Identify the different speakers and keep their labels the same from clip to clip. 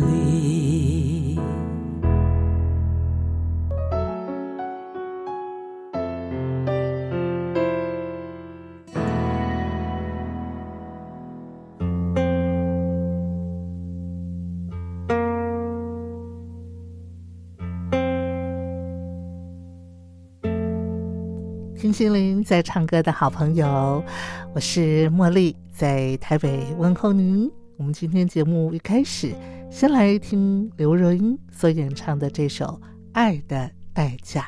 Speaker 1: 离。
Speaker 2: 听心灵在唱歌的好朋友，我是茉莉，在台北问候您。我们今天节目一开始，先来听刘若英所演唱的这首《爱的代价》。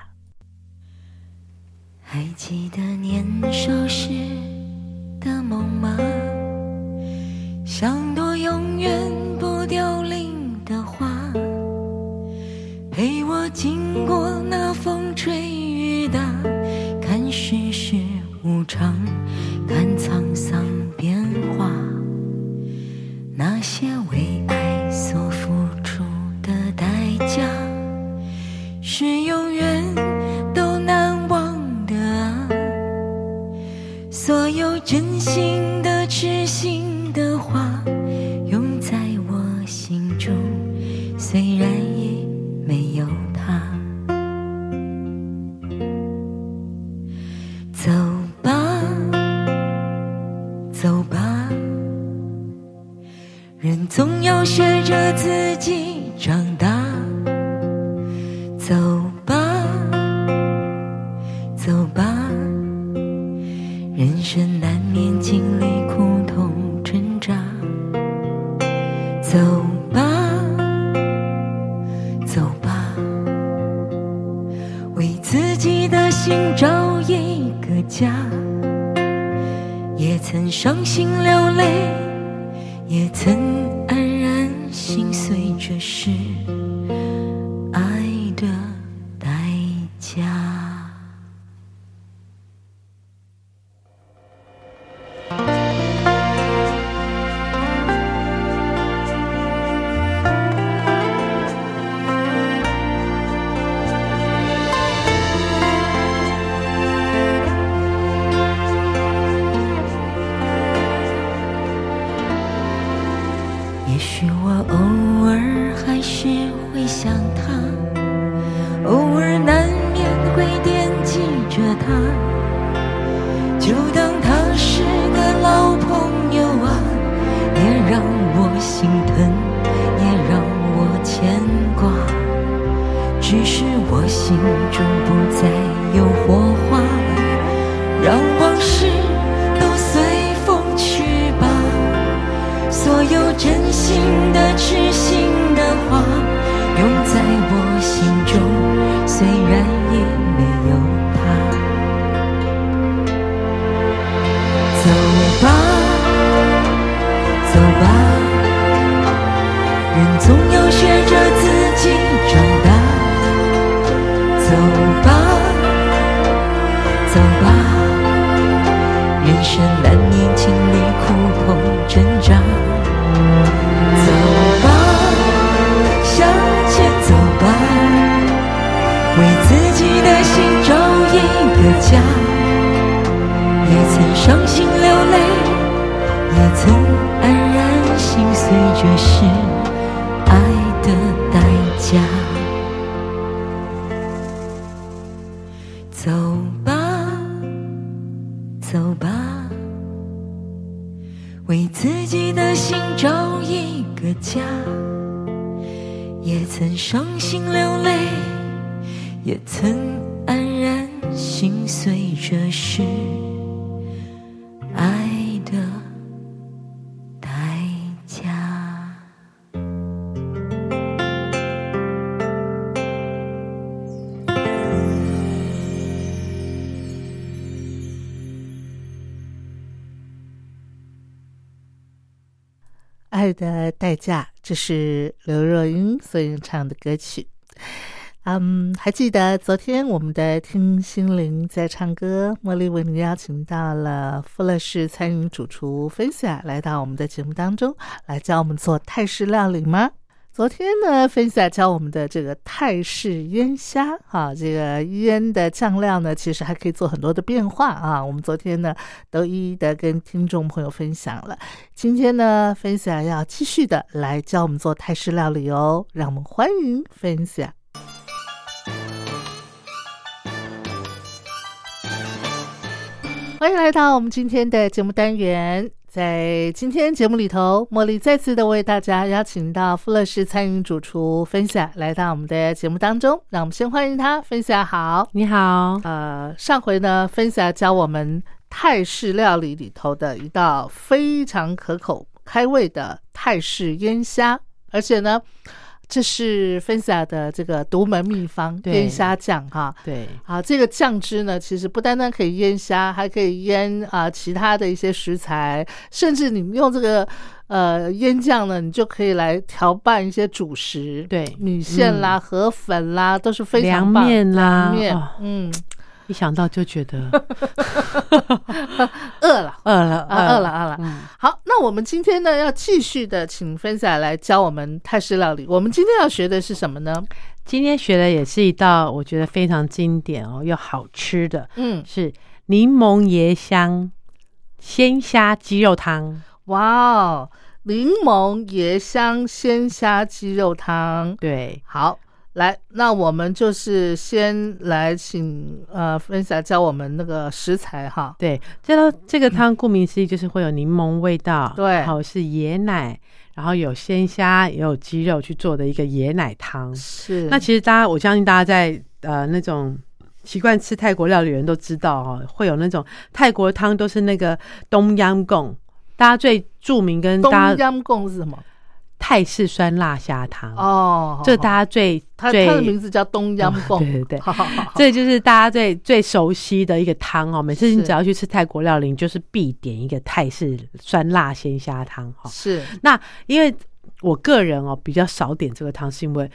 Speaker 3: 还记得年少时的梦吗？像朵永远不凋零的花，陪我经过那风吹雨打，看世事无常，看沧桑变化。那些为爱所付出的代价，是永远都难忘的啊。所有真心的、痴心的话，永在我心中。虽然已没有他，走吧，走吧，人总要学着自己长大。走吧，走吧。人生难免经历苦痛挣扎，走吧，走吧，为自己的心找一个家。也曾伤心流泪，也曾黯然心碎，这是爱的代价。也许我偶尔还是会想他，偶尔难免会惦记着他，就当他是个老朋友啊，也让我心疼，也让我牵挂。只是我心中不再有火花，让往事都随风去吧。所有真心的、痴心的话，永在我心中。虽然已没有他，走吧，走吧，人总要学着自己长大。走吧，走吧。人生难免经历苦痛挣扎。走吧，向前走吧，为自己的心找一个家。也曾伤心流泪，也曾黯然心碎，这是爱的代价。走吧。走吧，为自己的心找一个家。也曾伤心流泪，也曾黯然心碎，这是爱
Speaker 4: 爱的代价》，这是刘若英所演唱的歌曲。嗯，还记得昨天我们的听心灵在唱歌，茉莉为您邀请到了富乐市餐饮主厨菲夏来到我们的节目当中，来教我们做泰式料理吗？昨天呢，菲夏教我们的这个泰式腌虾，哈、这个腌的酱料呢，其实还可以做很多的变化啊。我们昨天呢，都一一的跟听众朋友分享了。今天呢，菲夏要继续的来教我们做泰式料理哦，让我们欢迎菲夏。欢迎来到我们今天的节目单元。在今天节目里头，茉莉再次的为大家邀请到富乐市餐饮主厨分享来到我们的节目当中。让我们先欢迎他，分享好。
Speaker 1: 你好，
Speaker 4: 呃，上回呢，分享教我们泰式料理里头的一道非常可口开胃的泰式腌虾，而且呢，这是分享的这个独门秘方
Speaker 1: 对
Speaker 4: 腌虾酱哈、
Speaker 1: 对
Speaker 4: 啊，这个酱汁呢，其实不单单可以腌虾，还可以腌啊、其他的一些食材，甚至你用这个呃腌酱呢，你就可以来调拌一些主食，
Speaker 1: 对嗯
Speaker 4: 米线啦、河粉啦，都是非
Speaker 1: 凉
Speaker 4: 常棒。
Speaker 1: 面啦，
Speaker 4: 凉面
Speaker 1: 哦
Speaker 4: 嗯，
Speaker 1: 一想到就觉得
Speaker 4: 饿了。
Speaker 1: 饿了，
Speaker 4: 啊，饿了，饿了。
Speaker 1: 嗯
Speaker 4: 好，那我们今天呢，要继续的请芬仔来教我们泰式料理。我们今天要学的是什么呢？
Speaker 1: 今天学的也是一道我觉得非常经典哦又好吃的，
Speaker 4: 嗯，
Speaker 1: 是柠檬椰香鲜虾鸡肉汤。
Speaker 4: 哇哦，柠檬椰香鲜虾鸡肉汤。
Speaker 1: 对，
Speaker 4: 好，来，那我们就是先来请呃分享教我们那个食材哈。
Speaker 1: 对，这道这个汤顾名思义就是会有柠檬味道，
Speaker 4: 对
Speaker 1: 然后是椰奶，然后有鲜虾，也有鸡肉去做的一个椰奶汤。
Speaker 4: 是，
Speaker 1: 那其实大家，我相信大家在呃那种。习惯吃泰国料理的人都知道哦，会有那种泰国汤都是那个东央贡，大家最著名跟
Speaker 4: 东
Speaker 1: 大家
Speaker 4: 央贡是什么？
Speaker 1: 泰式酸辣虾汤，
Speaker 4: 哦，
Speaker 1: 这
Speaker 4: 好
Speaker 1: 大家最
Speaker 4: 它
Speaker 1: 最哦
Speaker 4: 它的名字叫东央贡。
Speaker 1: 对对对，
Speaker 4: 好好好好，
Speaker 1: 这就是大家最最熟悉的一个汤哦。每次你
Speaker 4: 是
Speaker 1: 只要去吃泰国料理，你就是必点一个泰式酸辣鲜虾汤哦。
Speaker 4: 是
Speaker 1: 那因为我个人哦比较少点这个汤，是因为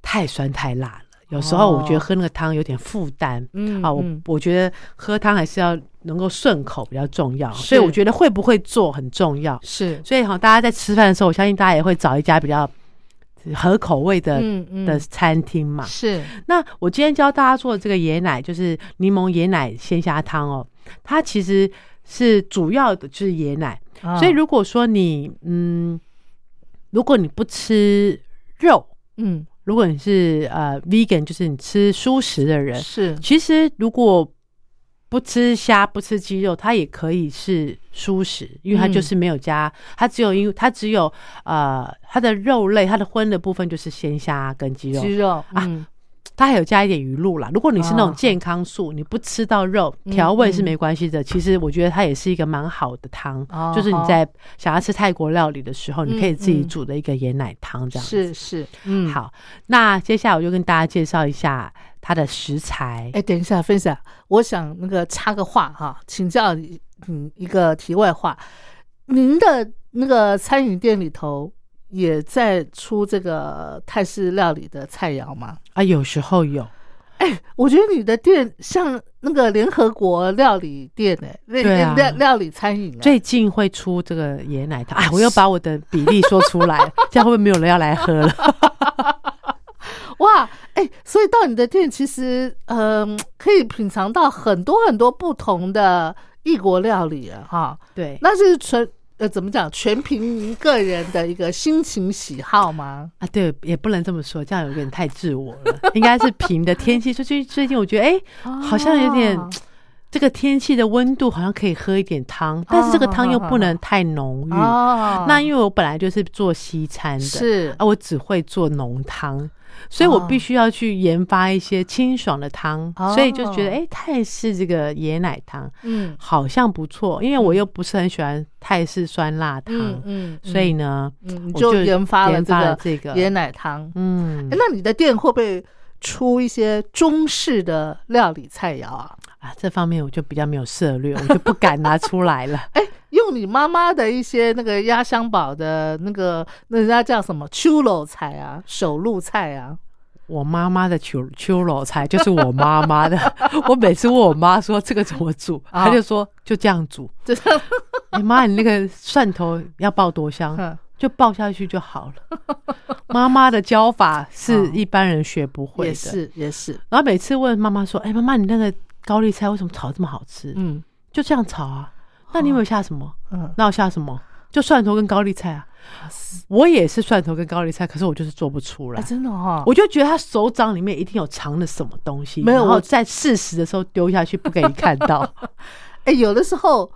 Speaker 1: 太酸太辣了。有时候我觉得
Speaker 4: 哦
Speaker 1: 喝那个汤有点负担、
Speaker 4: 嗯
Speaker 1: 啊，我
Speaker 4: 嗯
Speaker 1: 我觉得喝汤还是要能够顺口比较重要，所以
Speaker 4: 是
Speaker 1: 我觉得会不会做很重要。
Speaker 4: 是
Speaker 1: 所以哈、大家在吃饭的时候，我相信大家也会找一家比较合口味的、
Speaker 4: 嗯嗯
Speaker 1: 的餐厅嘛。
Speaker 4: 是
Speaker 1: 那我今天教大家做的这个椰奶，就是柠檬椰奶鲜虾汤哦，它其实是主要的就是椰奶，
Speaker 4: 啊
Speaker 1: 所以如果说你嗯，如果你不吃肉，
Speaker 4: 嗯
Speaker 1: 如果你是呃 vegan，就是你吃素食的人，
Speaker 4: 是
Speaker 1: 其实如果不吃虾、不吃鸡肉，它也可以是素食，因为它
Speaker 4: 嗯
Speaker 1: 就是没有加，它只有因为它只有呃它的肉类，它的荤的部分就是鲜虾跟鸡肉，
Speaker 4: 鸡肉
Speaker 1: 啊
Speaker 4: 嗯
Speaker 1: 它还有加一点鱼露啦。如果你是那
Speaker 4: 哦
Speaker 1: 种健康素，你不吃到肉，
Speaker 4: 嗯
Speaker 1: 调味是
Speaker 4: 嗯
Speaker 1: 没关系的。其实我觉得它也是一个蛮好的汤，
Speaker 4: 哦
Speaker 1: 就是你
Speaker 4: 好
Speaker 1: 在想要吃泰国料理的时候，你可以自己
Speaker 4: 嗯
Speaker 1: 煮的一个椰奶汤这样子。
Speaker 4: 是是嗯。
Speaker 1: 好，那接下来我就跟大家介绍一下它的食材。
Speaker 4: 哎，等一下，分享，我想那个插个话哈、请教你嗯一个题外话，您的那个餐饮店里头也在出这个泰式料理的菜肴吗？
Speaker 1: 啊，有时候有，
Speaker 4: 哎，我觉得你的店像那个联合国料理店哎、那
Speaker 1: 对啊
Speaker 4: 那料料理餐饮、啊，
Speaker 1: 最近会出这个椰奶汤。哎，我又把我的比例说出来了，这样会不会没有人要来喝 了？
Speaker 4: 哇，哎，所以到你的店其实嗯、可以品尝到很多很多不同的异国料理啊哈、
Speaker 1: 对，
Speaker 4: 那是纯呃怎么讲，全凭您个人的一个心情喜好吗？
Speaker 1: 啊，对，也不能这么说，这样有点太自我了。应该是凭的天气，最近最近我觉得，哎、好像有点
Speaker 4: 哦
Speaker 1: 这个天气的温度好像可以喝一点汤，但是这个汤又 不能太浓郁。
Speaker 4: 哦，
Speaker 1: 嗯那因为我本来就是做西餐的，
Speaker 4: 是
Speaker 1: 啊，我只会做浓汤，所以我
Speaker 4: 哦
Speaker 1: 必须要去研发一些清爽的汤，所以就觉得
Speaker 4: 哦
Speaker 1: 哎、泰式这个椰奶汤
Speaker 4: 嗯
Speaker 1: 好像不错，因为我又不是很喜欢泰式酸辣汤，
Speaker 4: 嗯嗯，嗯
Speaker 1: 所以呢，
Speaker 4: 嗯你
Speaker 1: 我
Speaker 4: 就
Speaker 1: 就
Speaker 4: 研发了
Speaker 1: 研
Speaker 4: 这
Speaker 1: 发了
Speaker 4: 个
Speaker 1: 这个
Speaker 4: 椰奶汤。哎
Speaker 1: 嗯
Speaker 4: 诶，那你的店会不会出一些中式的料理菜肴啊？
Speaker 1: 啊，这方面我就比较没有涉略，我就不敢拿出来了。
Speaker 4: 哎，用你妈妈的一些那个压箱宝的那个，那人家叫什么秋楼菜啊，手露菜啊，
Speaker 1: 我妈妈的秋秋老菜就是我妈妈的， 我每次问我妈说这个怎么煮，
Speaker 4: 啊
Speaker 1: 她就说就这样煮。
Speaker 4: 就像
Speaker 1: 你哎妈，你那个蒜头要爆多香？
Speaker 4: 嗯
Speaker 1: 就爆下去就好了。妈妈的教法是一般人学不会的。
Speaker 4: 也是也是，
Speaker 1: 然后每次问妈妈说：“哎、妈妈，你那个高丽菜为什么炒这么好吃？”
Speaker 4: 嗯哦
Speaker 1: 就这样炒啊。那你有没有下什么？
Speaker 4: 嗯，
Speaker 1: 那我下什么？就蒜头跟高丽菜啊。我也是蒜头跟高丽菜，可是我就是做不出来。
Speaker 4: 哎，真的哈、
Speaker 1: 我就觉得他手掌里面一定有藏了什么东西，
Speaker 4: 没有
Speaker 1: 然后
Speaker 4: 我
Speaker 1: 在适时的时候丢下去，不给你看 到。
Speaker 4: 哎，有的时候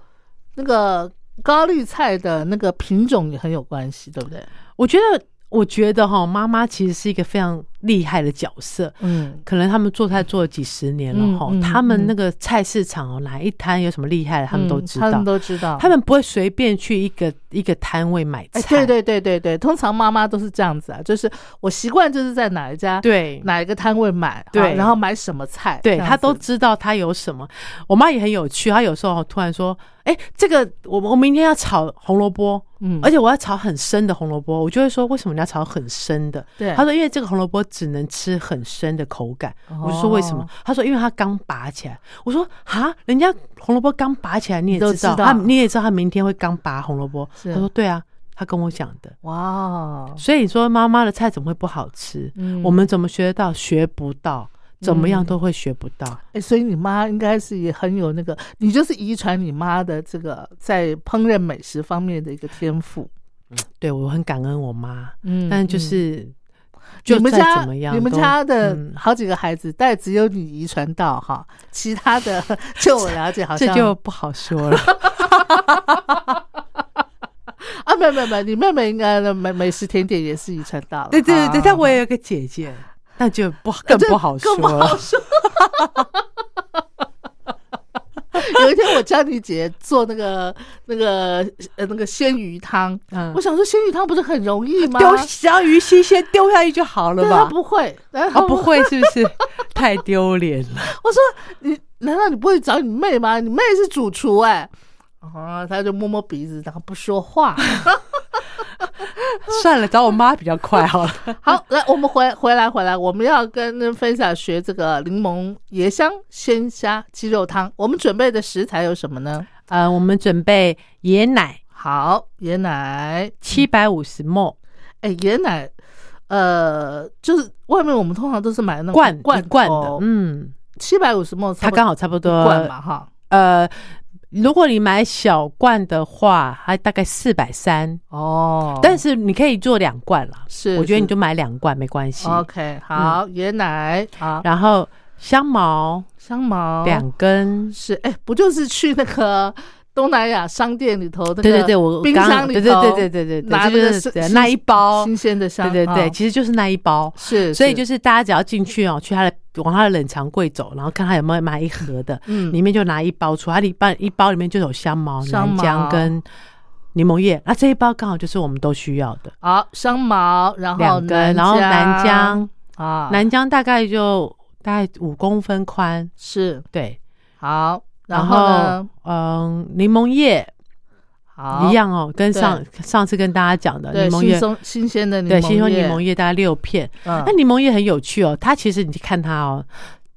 Speaker 4: 那个高丽菜的那个品种也很有关系，对不对？
Speaker 1: 我觉得，我觉得哈，妈妈其实是一个非常厉害的角色。
Speaker 4: 嗯，
Speaker 1: 可能他们做菜做了几十年了哈，
Speaker 4: 嗯嗯嗯
Speaker 1: 他们那个菜市场哦，哪一摊有什么厉害的，他们都知道。
Speaker 4: 他们都知道，
Speaker 1: 他们不会随便去一个一个摊位买菜
Speaker 4: 哎，，对对对对对，通常妈妈都是这样子啊，就是我习惯就是在哪一家
Speaker 1: 对
Speaker 4: 哪一个摊位买，
Speaker 1: 对
Speaker 4: 啊然后买什么菜，
Speaker 1: 对，
Speaker 4: 这样
Speaker 1: 他都
Speaker 4: 子
Speaker 1: 知道他有什么。我妈也很有趣，她有时候突然说：“哎、这个我我明天要炒红萝卜，
Speaker 4: 嗯
Speaker 1: 而且我要炒很深的红萝卜。”我就会说：“为什么你要炒很深的？”
Speaker 4: 对
Speaker 1: 她说：“因为这个红萝卜只能吃很深的口感。”我就说：“为什么
Speaker 4: 哦？”
Speaker 1: 她说：“因为它刚拔起来。”我说：“哈，人家红萝卜刚拔起来，你也
Speaker 4: 都
Speaker 1: 知道，
Speaker 4: 知道
Speaker 1: 他你也知道他明天会刚拔红萝卜。”
Speaker 4: 是
Speaker 1: 她说：“对啊，她跟我讲的。”
Speaker 4: 哇哦，
Speaker 1: 所以你说妈妈的菜怎么会不好吃？
Speaker 4: 嗯
Speaker 1: 我们怎么学得到？学不到，怎么样都会学不到。
Speaker 4: 哎，所以你妈应该是也很有那个，你就是遗传你妈的这个在烹饪美食方面的一个天赋。
Speaker 1: 对我很感恩我妈，
Speaker 4: 嗯
Speaker 1: 但就是、
Speaker 4: 你
Speaker 1: 就
Speaker 4: 们
Speaker 1: 再
Speaker 4: 家
Speaker 1: 怎么样都，
Speaker 4: 你们家的
Speaker 1: 嗯
Speaker 4: 好几个孩子，但只有你遗传到哈，其他的就我了解好像
Speaker 1: 这就不好说了。
Speaker 4: 啊，没有没有没有，你妹妹应该的美美食甜点也是遗传到了。
Speaker 1: 对对对，
Speaker 4: 啊
Speaker 1: 但我也有个姐姐，那就不更
Speaker 4: 这
Speaker 1: 不好说
Speaker 4: 更不好
Speaker 1: 了。
Speaker 4: 说。有一天我教你姐做那个那个呃那个鲜鱼汤，
Speaker 1: 嗯
Speaker 4: 我想说鲜鱼汤不是很容易吗？
Speaker 1: 丢只要鱼新鲜丢下去就好了
Speaker 4: 但她
Speaker 1: 吧？
Speaker 4: 不会，然
Speaker 1: 啊，
Speaker 4: 后
Speaker 1: 不会是不是？ 太丢脸 了。
Speaker 4: 我说你难道你不会找你妹吗？你妹是主厨哎、啊，她就摸摸鼻子，然后不说 话。
Speaker 1: 算了，找我妈比较快好了。
Speaker 4: 好，来，我们回回来回来，我们要跟分享学这个柠檬椰香鲜虾鸡肉汤。我们准备的食材有什么呢？
Speaker 1: 呃，我们准备椰奶
Speaker 4: 好，椰奶，
Speaker 1: 七百五十 ml
Speaker 4: 哎，椰奶，呃，就是外面我们通常都是买那种
Speaker 1: 嗯罐
Speaker 4: 罐
Speaker 1: 一罐的
Speaker 4: 头，，
Speaker 1: 嗯，
Speaker 4: 七百五十 ml，
Speaker 1: 它刚好差不多
Speaker 4: 罐嘛哈。
Speaker 1: 呃，如果你买小罐的话，它大概四百三，
Speaker 4: 哦，
Speaker 1: 呃但是你可以做两罐啦。
Speaker 4: 是
Speaker 1: 我觉得
Speaker 4: 是
Speaker 1: 你就嗯买两罐没关系。
Speaker 4: OK，好，椰奶啊，
Speaker 1: 然后香茅
Speaker 4: 香茅
Speaker 1: 两根，
Speaker 4: 是哎，不就是去那个东南亚商店里头那个
Speaker 1: 对对对，我
Speaker 4: 冰
Speaker 1: 刚
Speaker 4: 箱里
Speaker 1: 对
Speaker 4: 头
Speaker 1: 对对对对对，
Speaker 4: 拿
Speaker 1: 这
Speaker 4: 那个
Speaker 1: 就是
Speaker 4: 是
Speaker 1: 对
Speaker 4: 新
Speaker 1: 那一包，
Speaker 4: 新鲜的香，
Speaker 1: 对对对，
Speaker 4: 啊
Speaker 1: 其实就是那一包。
Speaker 4: 是，
Speaker 1: 所以就是是大家只要进去哦，去他的往他的冷藏柜走，然后看他有没有买一盒的，
Speaker 4: 嗯
Speaker 1: 里面就拿一包出来，它里半一包里面就有香茅、
Speaker 4: 香
Speaker 1: 南姜
Speaker 4: 茅
Speaker 1: 跟柠檬叶，那这一包刚好就是我们都需要的
Speaker 4: 好香茅，然后
Speaker 1: 两根，然后南姜，
Speaker 4: 哦啊，
Speaker 1: 南姜大概就大概五公分宽，
Speaker 4: 是
Speaker 1: 对，
Speaker 4: 好，然
Speaker 1: 后
Speaker 4: 后呢，
Speaker 1: 嗯，柠檬叶
Speaker 4: 好
Speaker 1: 一。样哦，跟
Speaker 4: 对
Speaker 1: 上上次跟大家讲的
Speaker 4: 对，
Speaker 1: 柠檬
Speaker 4: 新
Speaker 1: 叶，
Speaker 4: 松新鲜的柠檬
Speaker 1: 对，新鲜柠檬
Speaker 4: 叶，
Speaker 1: 叶大概六片，
Speaker 4: 嗯
Speaker 1: 那柠檬叶很有趣哦，它其实你看它哦，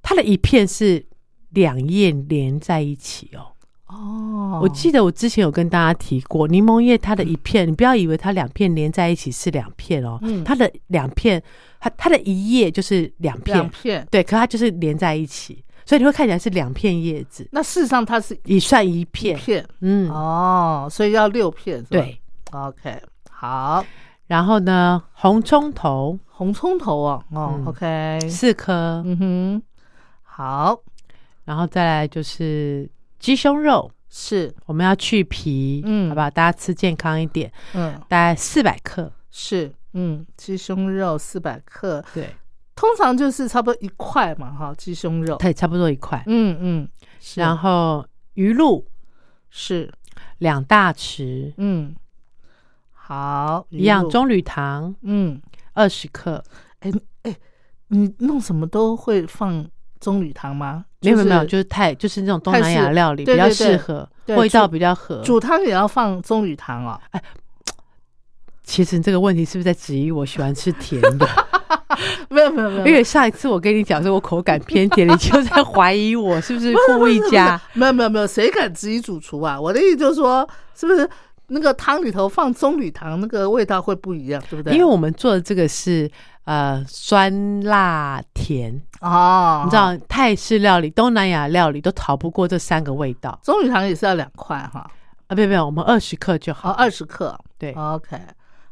Speaker 1: 它的一片是两叶连在一起哦。
Speaker 4: 哦，
Speaker 1: 我记得我之前有跟大家提过，柠檬叶它的一片，你不要以为它两片连在一起是两片哦，
Speaker 4: 嗯
Speaker 1: 它的两片，它它的一叶就是两片，
Speaker 4: 两片，
Speaker 1: 对，可它就是连在一起，所以你会看起来是两片叶子，
Speaker 4: 那事实上它是
Speaker 1: 也算一
Speaker 4: 一
Speaker 1: 片，
Speaker 4: 片
Speaker 1: 嗯，
Speaker 4: 哦，所以要六片是吧？
Speaker 1: 对。
Speaker 4: ，OK，好，
Speaker 1: 然后呢，红葱头
Speaker 4: 红葱头啊，哦
Speaker 1: 嗯
Speaker 4: ，OK，
Speaker 1: 四颗，
Speaker 4: 嗯哼，好，
Speaker 1: 然后再来就是鸡胸肉，
Speaker 4: 是，
Speaker 1: 我们要去皮，
Speaker 4: 嗯
Speaker 1: 好不好？大家吃健康一点，
Speaker 4: 嗯，
Speaker 1: 大概四百克，
Speaker 4: 是，嗯，鸡胸肉四百克，
Speaker 1: 对，
Speaker 4: 通常就是差不多一块嘛，哈，鸡胸肉，
Speaker 1: 对，差不多一块。
Speaker 4: 嗯嗯，是
Speaker 1: 然后鱼露
Speaker 4: 是，
Speaker 1: 两大匙，
Speaker 4: 嗯，好，
Speaker 1: 一样
Speaker 4: 鱼露，
Speaker 1: 棕榈糖
Speaker 4: 嗯，
Speaker 1: 二十克，
Speaker 4: 哎哎，你弄什么都会放棕榈糖吗？
Speaker 1: 没有没
Speaker 4: 就是
Speaker 1: 有没有，就是泰，就是那种东南
Speaker 4: 泰
Speaker 1: 亚
Speaker 4: 式
Speaker 1: 料理比
Speaker 4: 对
Speaker 1: 较
Speaker 4: 对对
Speaker 1: 适合，
Speaker 4: 对
Speaker 1: 味道
Speaker 4: 煮
Speaker 1: 比较合。
Speaker 4: 煮汤也要放棕榈糖哦。
Speaker 1: 其实你这个问题是不是在质疑我喜欢吃甜 的？
Speaker 4: 没有没有没有，
Speaker 1: 因为上一次我跟你讲说我口感偏甜，你就在怀疑我是不是故意加。
Speaker 4: 没有没有没有，谁敢质疑主厨啊？我的意思就是说，是不是那个汤里头放棕榈糖，那个味道会不一样，对不对？
Speaker 1: 因为我们做的这个是呃酸辣甜，
Speaker 4: 哦，
Speaker 1: 你知道泰式料理、东南亚料理都逃不过这三个味道
Speaker 4: 棕榈糖也是要两块哈，
Speaker 1: 啊！没有没有，我们二十克就好。
Speaker 4: 哦，二十哦克
Speaker 1: 对，
Speaker 4: ，OK，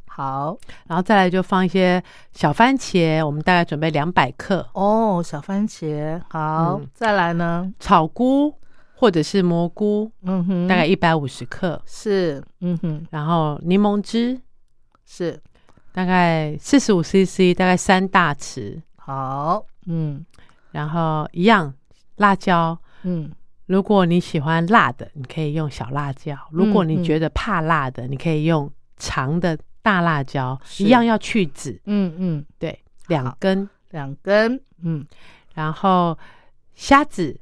Speaker 4: 好
Speaker 1: 然后再来就放一些小番茄，我们大概准备两百克，
Speaker 4: 哦，小番茄，好，
Speaker 1: 嗯
Speaker 4: 再来呢，
Speaker 1: 草菇或者是蘑菇，
Speaker 4: 嗯哼，
Speaker 1: 大概一百五十克，
Speaker 4: 是，嗯哼，
Speaker 1: 然后柠檬汁
Speaker 4: 是，
Speaker 1: 大概四十五 CC，大概三大匙，
Speaker 4: 好，嗯
Speaker 1: 然后一样辣椒。
Speaker 4: 嗯，
Speaker 1: 如果你喜欢辣的，你可以用小辣椒；如果你
Speaker 4: 嗯
Speaker 1: 觉得怕辣的，你可以用长的大辣椒，
Speaker 4: 是
Speaker 1: 一样要去籽，
Speaker 4: 嗯嗯，
Speaker 1: 对，两根。
Speaker 4: 两根，嗯，
Speaker 1: 然后虾子，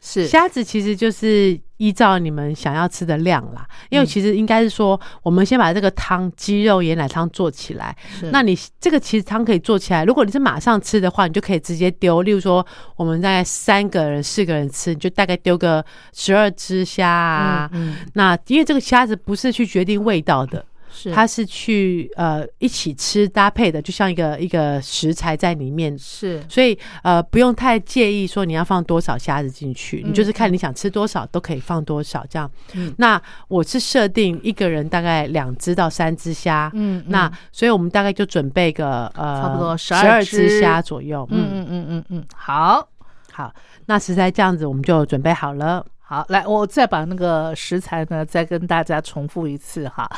Speaker 4: 是，
Speaker 1: 虾子其实就是依照你们想要吃的量啦，因为
Speaker 4: 嗯
Speaker 1: 其实应该是说，我们先把这个汤鸡肉椰奶汤做起来。
Speaker 4: 是
Speaker 1: 那你这个其实汤可以做起来，如果你是马上吃的话，你就可以直接丢。例如说，我们大概三个人、四个人吃，你就大概丢个十二只虾啊。
Speaker 4: 嗯，嗯
Speaker 1: 那因为这个虾子不是去决定味道的，
Speaker 4: 是，
Speaker 1: 它是去呃一起吃搭配的，就像一个一个食材在里面。
Speaker 4: 是，
Speaker 1: 所以呃不用太介意说你要放多少虾子进去，
Speaker 4: 嗯
Speaker 1: 你就是看你想吃多少都可以放多少这样。
Speaker 4: 嗯
Speaker 1: 那我是设定一个人大概两只到三只虾。
Speaker 4: 嗯，
Speaker 1: 那所以我们大概就准备个呃，
Speaker 4: 差不多
Speaker 1: 十
Speaker 4: 12
Speaker 1: 只
Speaker 4: 只
Speaker 1: 虾左右。嗯，
Speaker 4: 嗯嗯嗯嗯嗯，好
Speaker 1: 好，那食材这样子我们就准备好了。
Speaker 4: 好，来，我再把那个食材呢，再跟大家重复一次哈。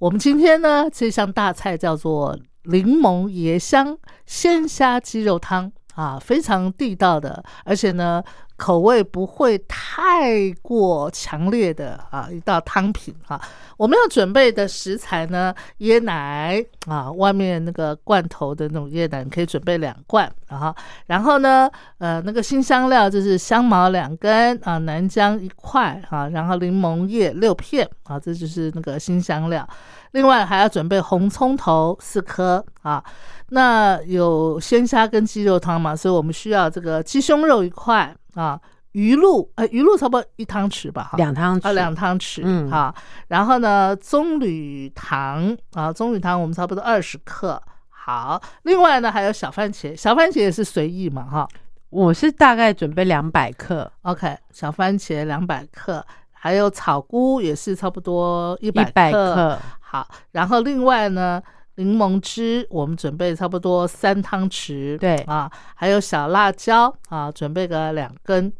Speaker 4: 我们今天呢，这项大菜叫做柠檬椰香鲜虾鸡肉汤啊，非常地道的，而且呢，口味不会太过强烈的啊，一道汤品哈、我们要准备的食材呢，椰奶啊，外面那个罐头的那种椰奶，你可以准备两罐啊。然后呢，呃，那个新香料就是香茅两根啊，南姜一块啊，然后柠檬叶六片啊，这就是那个新香料。另外还要准备红葱头四颗啊。那有鲜虾跟鸡肉汤嘛，所以我们需要这个鸡胸肉一块啊，鱼露呃鱼露差不多一汤匙吧哈，
Speaker 1: 两汤
Speaker 4: 啊，
Speaker 1: 匙，
Speaker 4: 两汤匙，
Speaker 1: 嗯
Speaker 4: 好，然后呢，棕榈糖啊，棕榈糖我们差不多二十克，好，另外呢还有小番茄，小番茄也是随意嘛，哈
Speaker 1: 我是大概准备两百克，
Speaker 4: ，OK，小番茄两百克，还有草菇也是差不多一
Speaker 1: 一百
Speaker 4: 克，
Speaker 1: 克，
Speaker 4: 好，然后另外呢。柠檬汁，我们准备差不多三汤匙，
Speaker 1: 对
Speaker 4: 啊，还有小辣椒啊，准备个两根，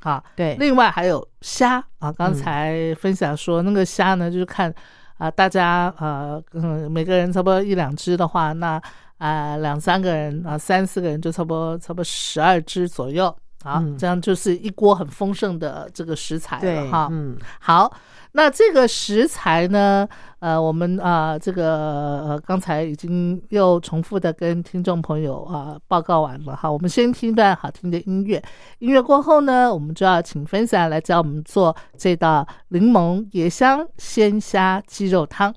Speaker 4: 啊，
Speaker 1: 对，
Speaker 4: 另外还有虾啊，刚才分享说、那个虾呢，就是看啊、大家呃，嗯，每个人差不多一两只的话，那啊、呃两三个人啊、三四个人就差不多差不多十二只左右。好，
Speaker 1: 嗯
Speaker 4: 这样就是一锅很丰盛的这个食材
Speaker 1: 对
Speaker 4: 了，哈。
Speaker 1: 嗯，
Speaker 4: 好，那这个食材呢？呃，我们啊、这个呃，刚才已经又重复的跟听众朋友啊、报告完了哈。我们先听一段好听的音乐，音乐过后呢，我们就要请分享来教我们做这道柠檬椰香鲜虾鸡肉汤。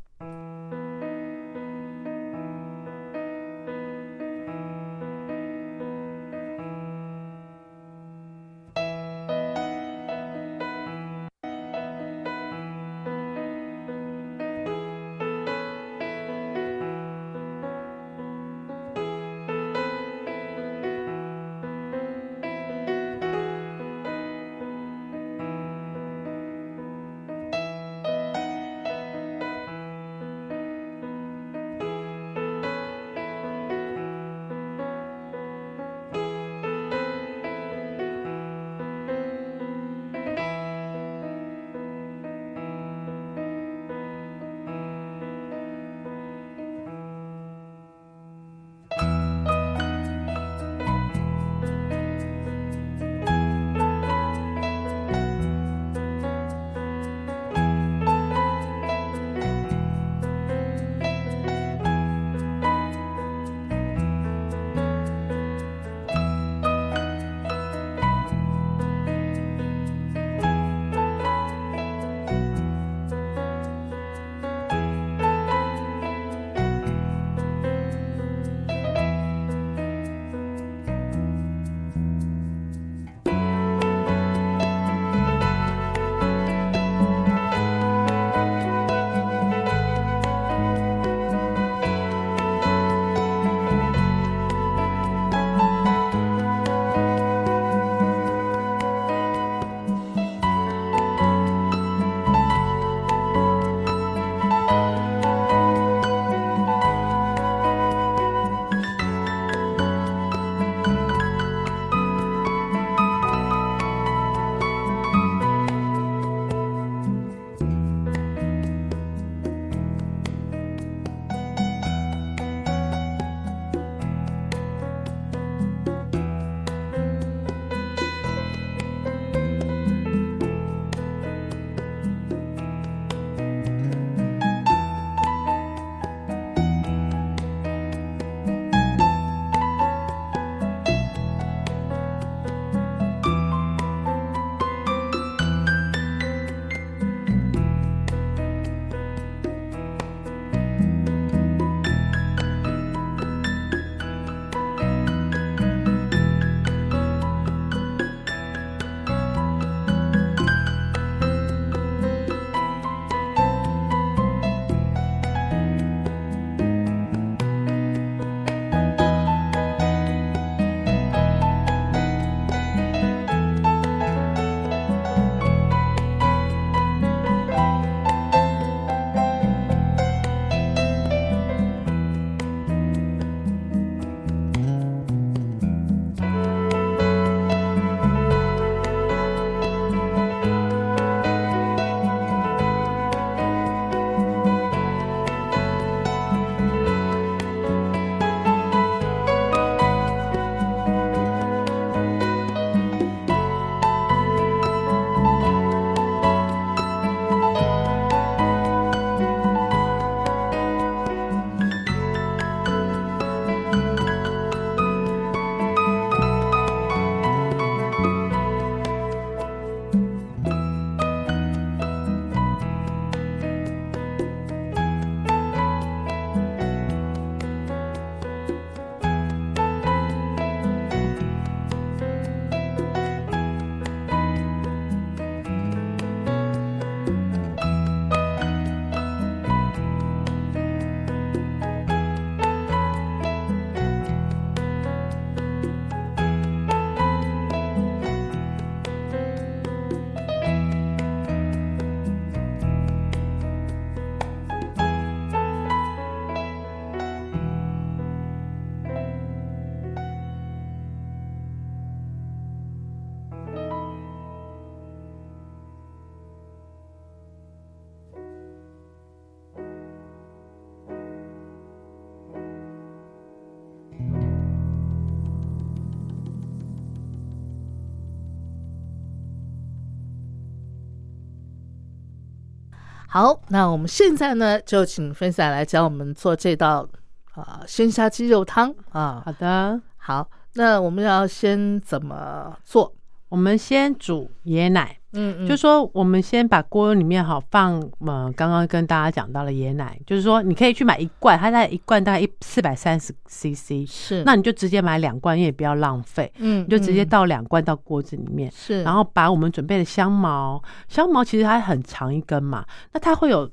Speaker 4: 好，那我们现在呢，就请分享来教我们做这道啊、鲜虾鸡肉汤啊。
Speaker 1: 好的，
Speaker 4: 好，那我们要先怎么做？
Speaker 1: 我们先煮椰奶，
Speaker 4: 嗯嗯
Speaker 1: 就说我们先把锅里面好放，呃，刚刚跟大家讲到了椰奶，就是说你可以去买一罐，它在一罐大概一四百三十 CC，
Speaker 4: 是
Speaker 1: 那你就直接买两罐，因为也不要浪费，
Speaker 4: 嗯
Speaker 1: 你就直接
Speaker 4: 嗯
Speaker 1: 倒两罐到锅子里面，
Speaker 4: 是，
Speaker 1: 然后把我们准备的香茅，香茅其实它很长一根嘛，那它会有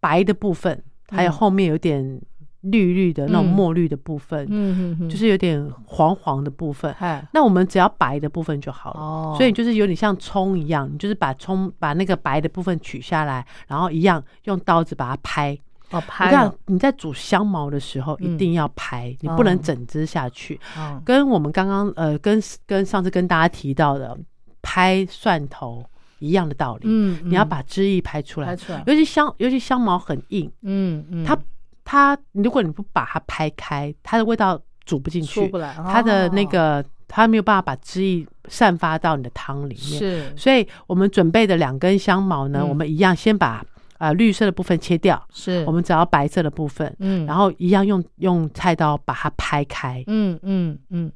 Speaker 1: 白的部分，还有
Speaker 4: 嗯
Speaker 1: 后面有点绿绿的那种
Speaker 4: 嗯
Speaker 1: 墨绿的部分，
Speaker 4: 嗯嗯嗯，
Speaker 1: 就是有点黄黄的部分。
Speaker 4: 哎
Speaker 1: 那我们只要白的部分就好了，
Speaker 4: 哦，
Speaker 1: 所以就是有点像葱一样，你就是把葱把那个白的部分取下来，然后一样用刀子把它拍。
Speaker 4: 哦
Speaker 1: 我
Speaker 4: 拍
Speaker 1: 跟你
Speaker 4: 了
Speaker 1: 讲，你在煮香茅的时候
Speaker 4: 嗯
Speaker 1: 一定要拍，你
Speaker 4: 哦
Speaker 1: 不能整只下去。
Speaker 4: 哦
Speaker 1: 跟我们刚刚呃跟跟上次跟大家提到的拍蒜头一样的道理，
Speaker 4: 嗯，
Speaker 1: 你要
Speaker 4: 嗯
Speaker 1: 把汁液拍出来
Speaker 4: 拍。出来，
Speaker 1: 尤其香，尤其香茅很硬，
Speaker 4: 嗯嗯，
Speaker 1: 它它如果你不把它拍开，它的味道煮不进
Speaker 4: 出
Speaker 1: 去
Speaker 4: 不，来，
Speaker 1: 它的那
Speaker 4: 哦
Speaker 1: 个它没有办法把汁液散发到你的汤里面。
Speaker 4: 是
Speaker 1: 所以我们准备的两根香茅呢，
Speaker 4: 嗯
Speaker 1: 我们一样先把啊、呃绿色的部分切掉，
Speaker 4: 是，
Speaker 1: 我们只要白色的部分，
Speaker 4: 嗯，
Speaker 1: 然
Speaker 4: 后
Speaker 1: 后一样用用菜刀把它拍开，
Speaker 4: 嗯嗯嗯，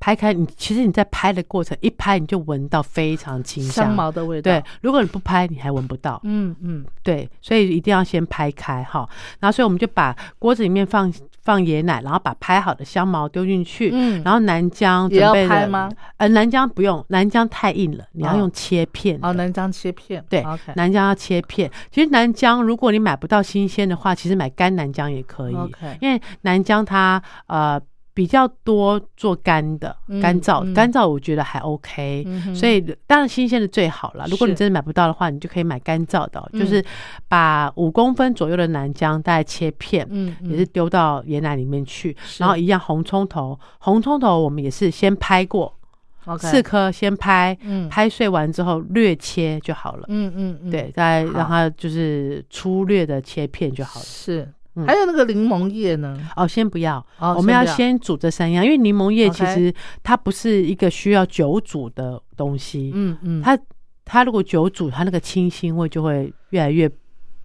Speaker 1: 拍开你其实你在拍的过程一拍你就闻到非常清香。
Speaker 4: 香茅的味道，
Speaker 1: 对，如果你不拍，你还闻不到。
Speaker 4: 嗯嗯
Speaker 1: 对，所以一定要先拍开哈。然后，所以我们就把锅子里面放放椰奶，然后把拍好的香茅丢进去，
Speaker 4: 嗯，
Speaker 1: 然后南姜
Speaker 4: 也
Speaker 1: 准
Speaker 4: 要
Speaker 1: 备
Speaker 4: 拍
Speaker 1: 了
Speaker 4: 吗？
Speaker 1: 呃，南姜不用，南姜太硬了，你要
Speaker 4: 哦
Speaker 1: 用切片的。
Speaker 4: 哦，南姜切片，
Speaker 1: 对
Speaker 4: ，OK，
Speaker 1: 南姜要切片。其实南姜，如果你买不到新鲜的话，其实买干南姜也可以
Speaker 4: OK
Speaker 1: 因为南姜它呃比较多做干的、
Speaker 4: 嗯
Speaker 1: 干燥、
Speaker 4: 嗯
Speaker 1: 干燥我觉得还 OK、
Speaker 4: 嗯哼
Speaker 1: 所以当然新鲜的最好了。如果你
Speaker 4: 是
Speaker 1: 真的买不到的话，你就可以买干燥的哦，
Speaker 4: 嗯
Speaker 1: 就是把五公分左右的南姜大概切片。
Speaker 4: 嗯嗯
Speaker 1: 也是丢到椰奶里面去，
Speaker 4: 是
Speaker 1: 然后一样红葱头，红葱头我们也是先拍过
Speaker 4: OK，
Speaker 1: 四颗，先拍，
Speaker 4: 嗯
Speaker 1: 拍碎完之后略切就好了。
Speaker 4: 嗯嗯嗯，
Speaker 1: 对，再
Speaker 4: 好
Speaker 1: 让它就是粗略的切片就好了。
Speaker 4: 是
Speaker 1: 嗯。
Speaker 4: 还有那个柠檬叶呢，
Speaker 1: 哦，先不要，
Speaker 4: 哦
Speaker 1: 我们要
Speaker 4: 不
Speaker 1: 先煮这三样，因为柠檬叶
Speaker 4: OK
Speaker 1: 其实它不是一个需要久煮的东西，
Speaker 4: 嗯嗯，
Speaker 1: 它它如果久煮，它那个清新味就会越来越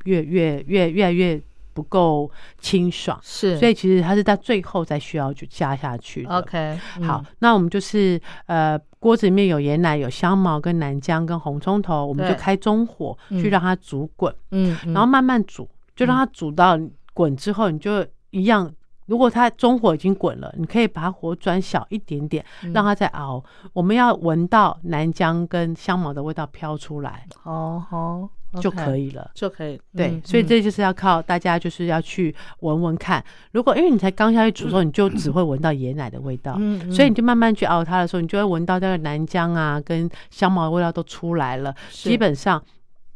Speaker 1: 越越越越来越不够清爽，
Speaker 4: 是，
Speaker 1: 所以其实它是在最后才需要去加下去的。
Speaker 4: OK，嗯
Speaker 1: 好，，那我们就是呃，锅子里面有椰奶、有香茅、跟南姜、跟红葱头，我们就
Speaker 4: 对
Speaker 1: 开中火
Speaker 4: 嗯
Speaker 1: 去让它煮滚，
Speaker 4: 嗯，
Speaker 1: 然后慢慢煮，就让它煮到滚之后，你就一样。如果它中火已经滚了，你可以把它火转小一点点，
Speaker 4: 嗯
Speaker 1: 让它再熬。我们要闻到南姜跟香茅的味道飘出来
Speaker 4: 哦哦
Speaker 1: 就可
Speaker 4: 以
Speaker 1: 以了。
Speaker 4: 就可以，
Speaker 1: 对，
Speaker 4: 嗯
Speaker 1: 所以
Speaker 4: 嗯
Speaker 1: 这就是要靠大家，就是要去闻闻看。如果因为你才刚下去煮的时候，你就只会闻到椰奶的味道，
Speaker 4: 嗯嗯
Speaker 1: 所以你就慢慢去熬它的时候，你就会闻到那个南姜啊跟香茅的味道都出来了。
Speaker 4: 是
Speaker 1: 基本上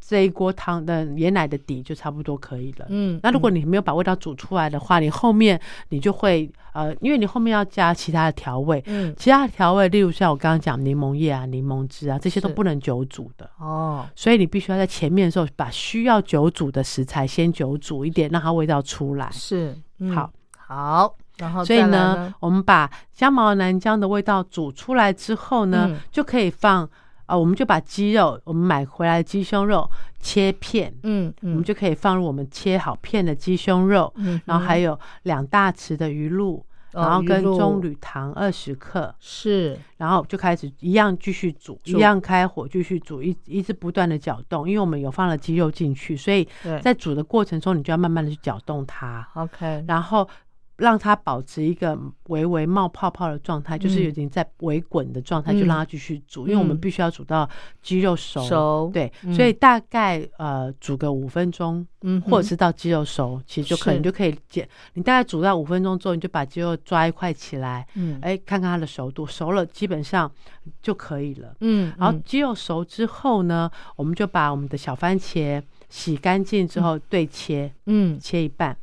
Speaker 1: 这一锅汤的椰奶的底就差不多可以了。
Speaker 4: 嗯，
Speaker 1: 那如果
Speaker 4: 嗯
Speaker 1: 你没有把味道煮出来的话，你后面你就会呃，因为你后面要加其他的调味，
Speaker 4: 嗯
Speaker 1: 其他的调味，例如像我刚刚讲柠檬叶啊、柠檬汁啊，这些都
Speaker 4: 是
Speaker 1: 不能久煮的。
Speaker 4: 哦
Speaker 1: 所以你必须要在前面的时候把需要久煮的食材先久煮一点，让它味道出来。
Speaker 4: 是嗯
Speaker 1: 好
Speaker 4: 好，然后
Speaker 1: 所以
Speaker 4: 再来
Speaker 1: 呢
Speaker 4: 呢，，
Speaker 1: 我们把香茅南姜的味道煮出来之后呢，
Speaker 4: 嗯
Speaker 1: 就可以放啊、呃我们就把鸡肉，我们买回来的鸡胸肉切片，
Speaker 4: 嗯
Speaker 1: 我们
Speaker 4: 嗯
Speaker 1: 就可以放入我们切好片的鸡胸肉，
Speaker 4: 嗯
Speaker 1: 然后还
Speaker 4: 哼
Speaker 1: 有两大匙的鱼露，
Speaker 4: 哦
Speaker 1: 然后
Speaker 4: 鱼
Speaker 1: 跟
Speaker 4: 露
Speaker 1: 棕榈糖二十克，
Speaker 4: 是
Speaker 1: 然后就开始一样继续煮，一
Speaker 4: 煮
Speaker 1: 样开火继续煮，一一直不断的搅动，因为我们有放了鸡肉进去，所以
Speaker 4: 对
Speaker 1: 在煮的过程中，你就要慢慢的去搅动它，
Speaker 4: OK，
Speaker 1: 然后让它保持一个微微冒泡泡的状态，就是
Speaker 4: 嗯
Speaker 1: 有点在微滚的状态，
Speaker 4: 嗯
Speaker 1: 就让它继续煮，因为我们
Speaker 4: 嗯
Speaker 1: 必须要煮到鸡肉熟。
Speaker 4: 熟
Speaker 1: 对，
Speaker 4: 嗯
Speaker 1: 所以大概呃煮个五分钟，
Speaker 4: 嗯
Speaker 1: 或者
Speaker 4: 哼
Speaker 1: 是到鸡肉熟，其实就可
Speaker 4: 是
Speaker 1: 能就可以解。你大概煮到五分钟之后，你就把鸡肉抓一块起来，
Speaker 4: 嗯
Speaker 1: 哎，看看它的熟度，熟了基本上就可以了。
Speaker 4: 嗯
Speaker 1: 然后
Speaker 4: 嗯
Speaker 1: 鸡肉熟之后呢，我们就把我们的小番茄洗干净之后对切，
Speaker 4: 嗯
Speaker 1: 切一半，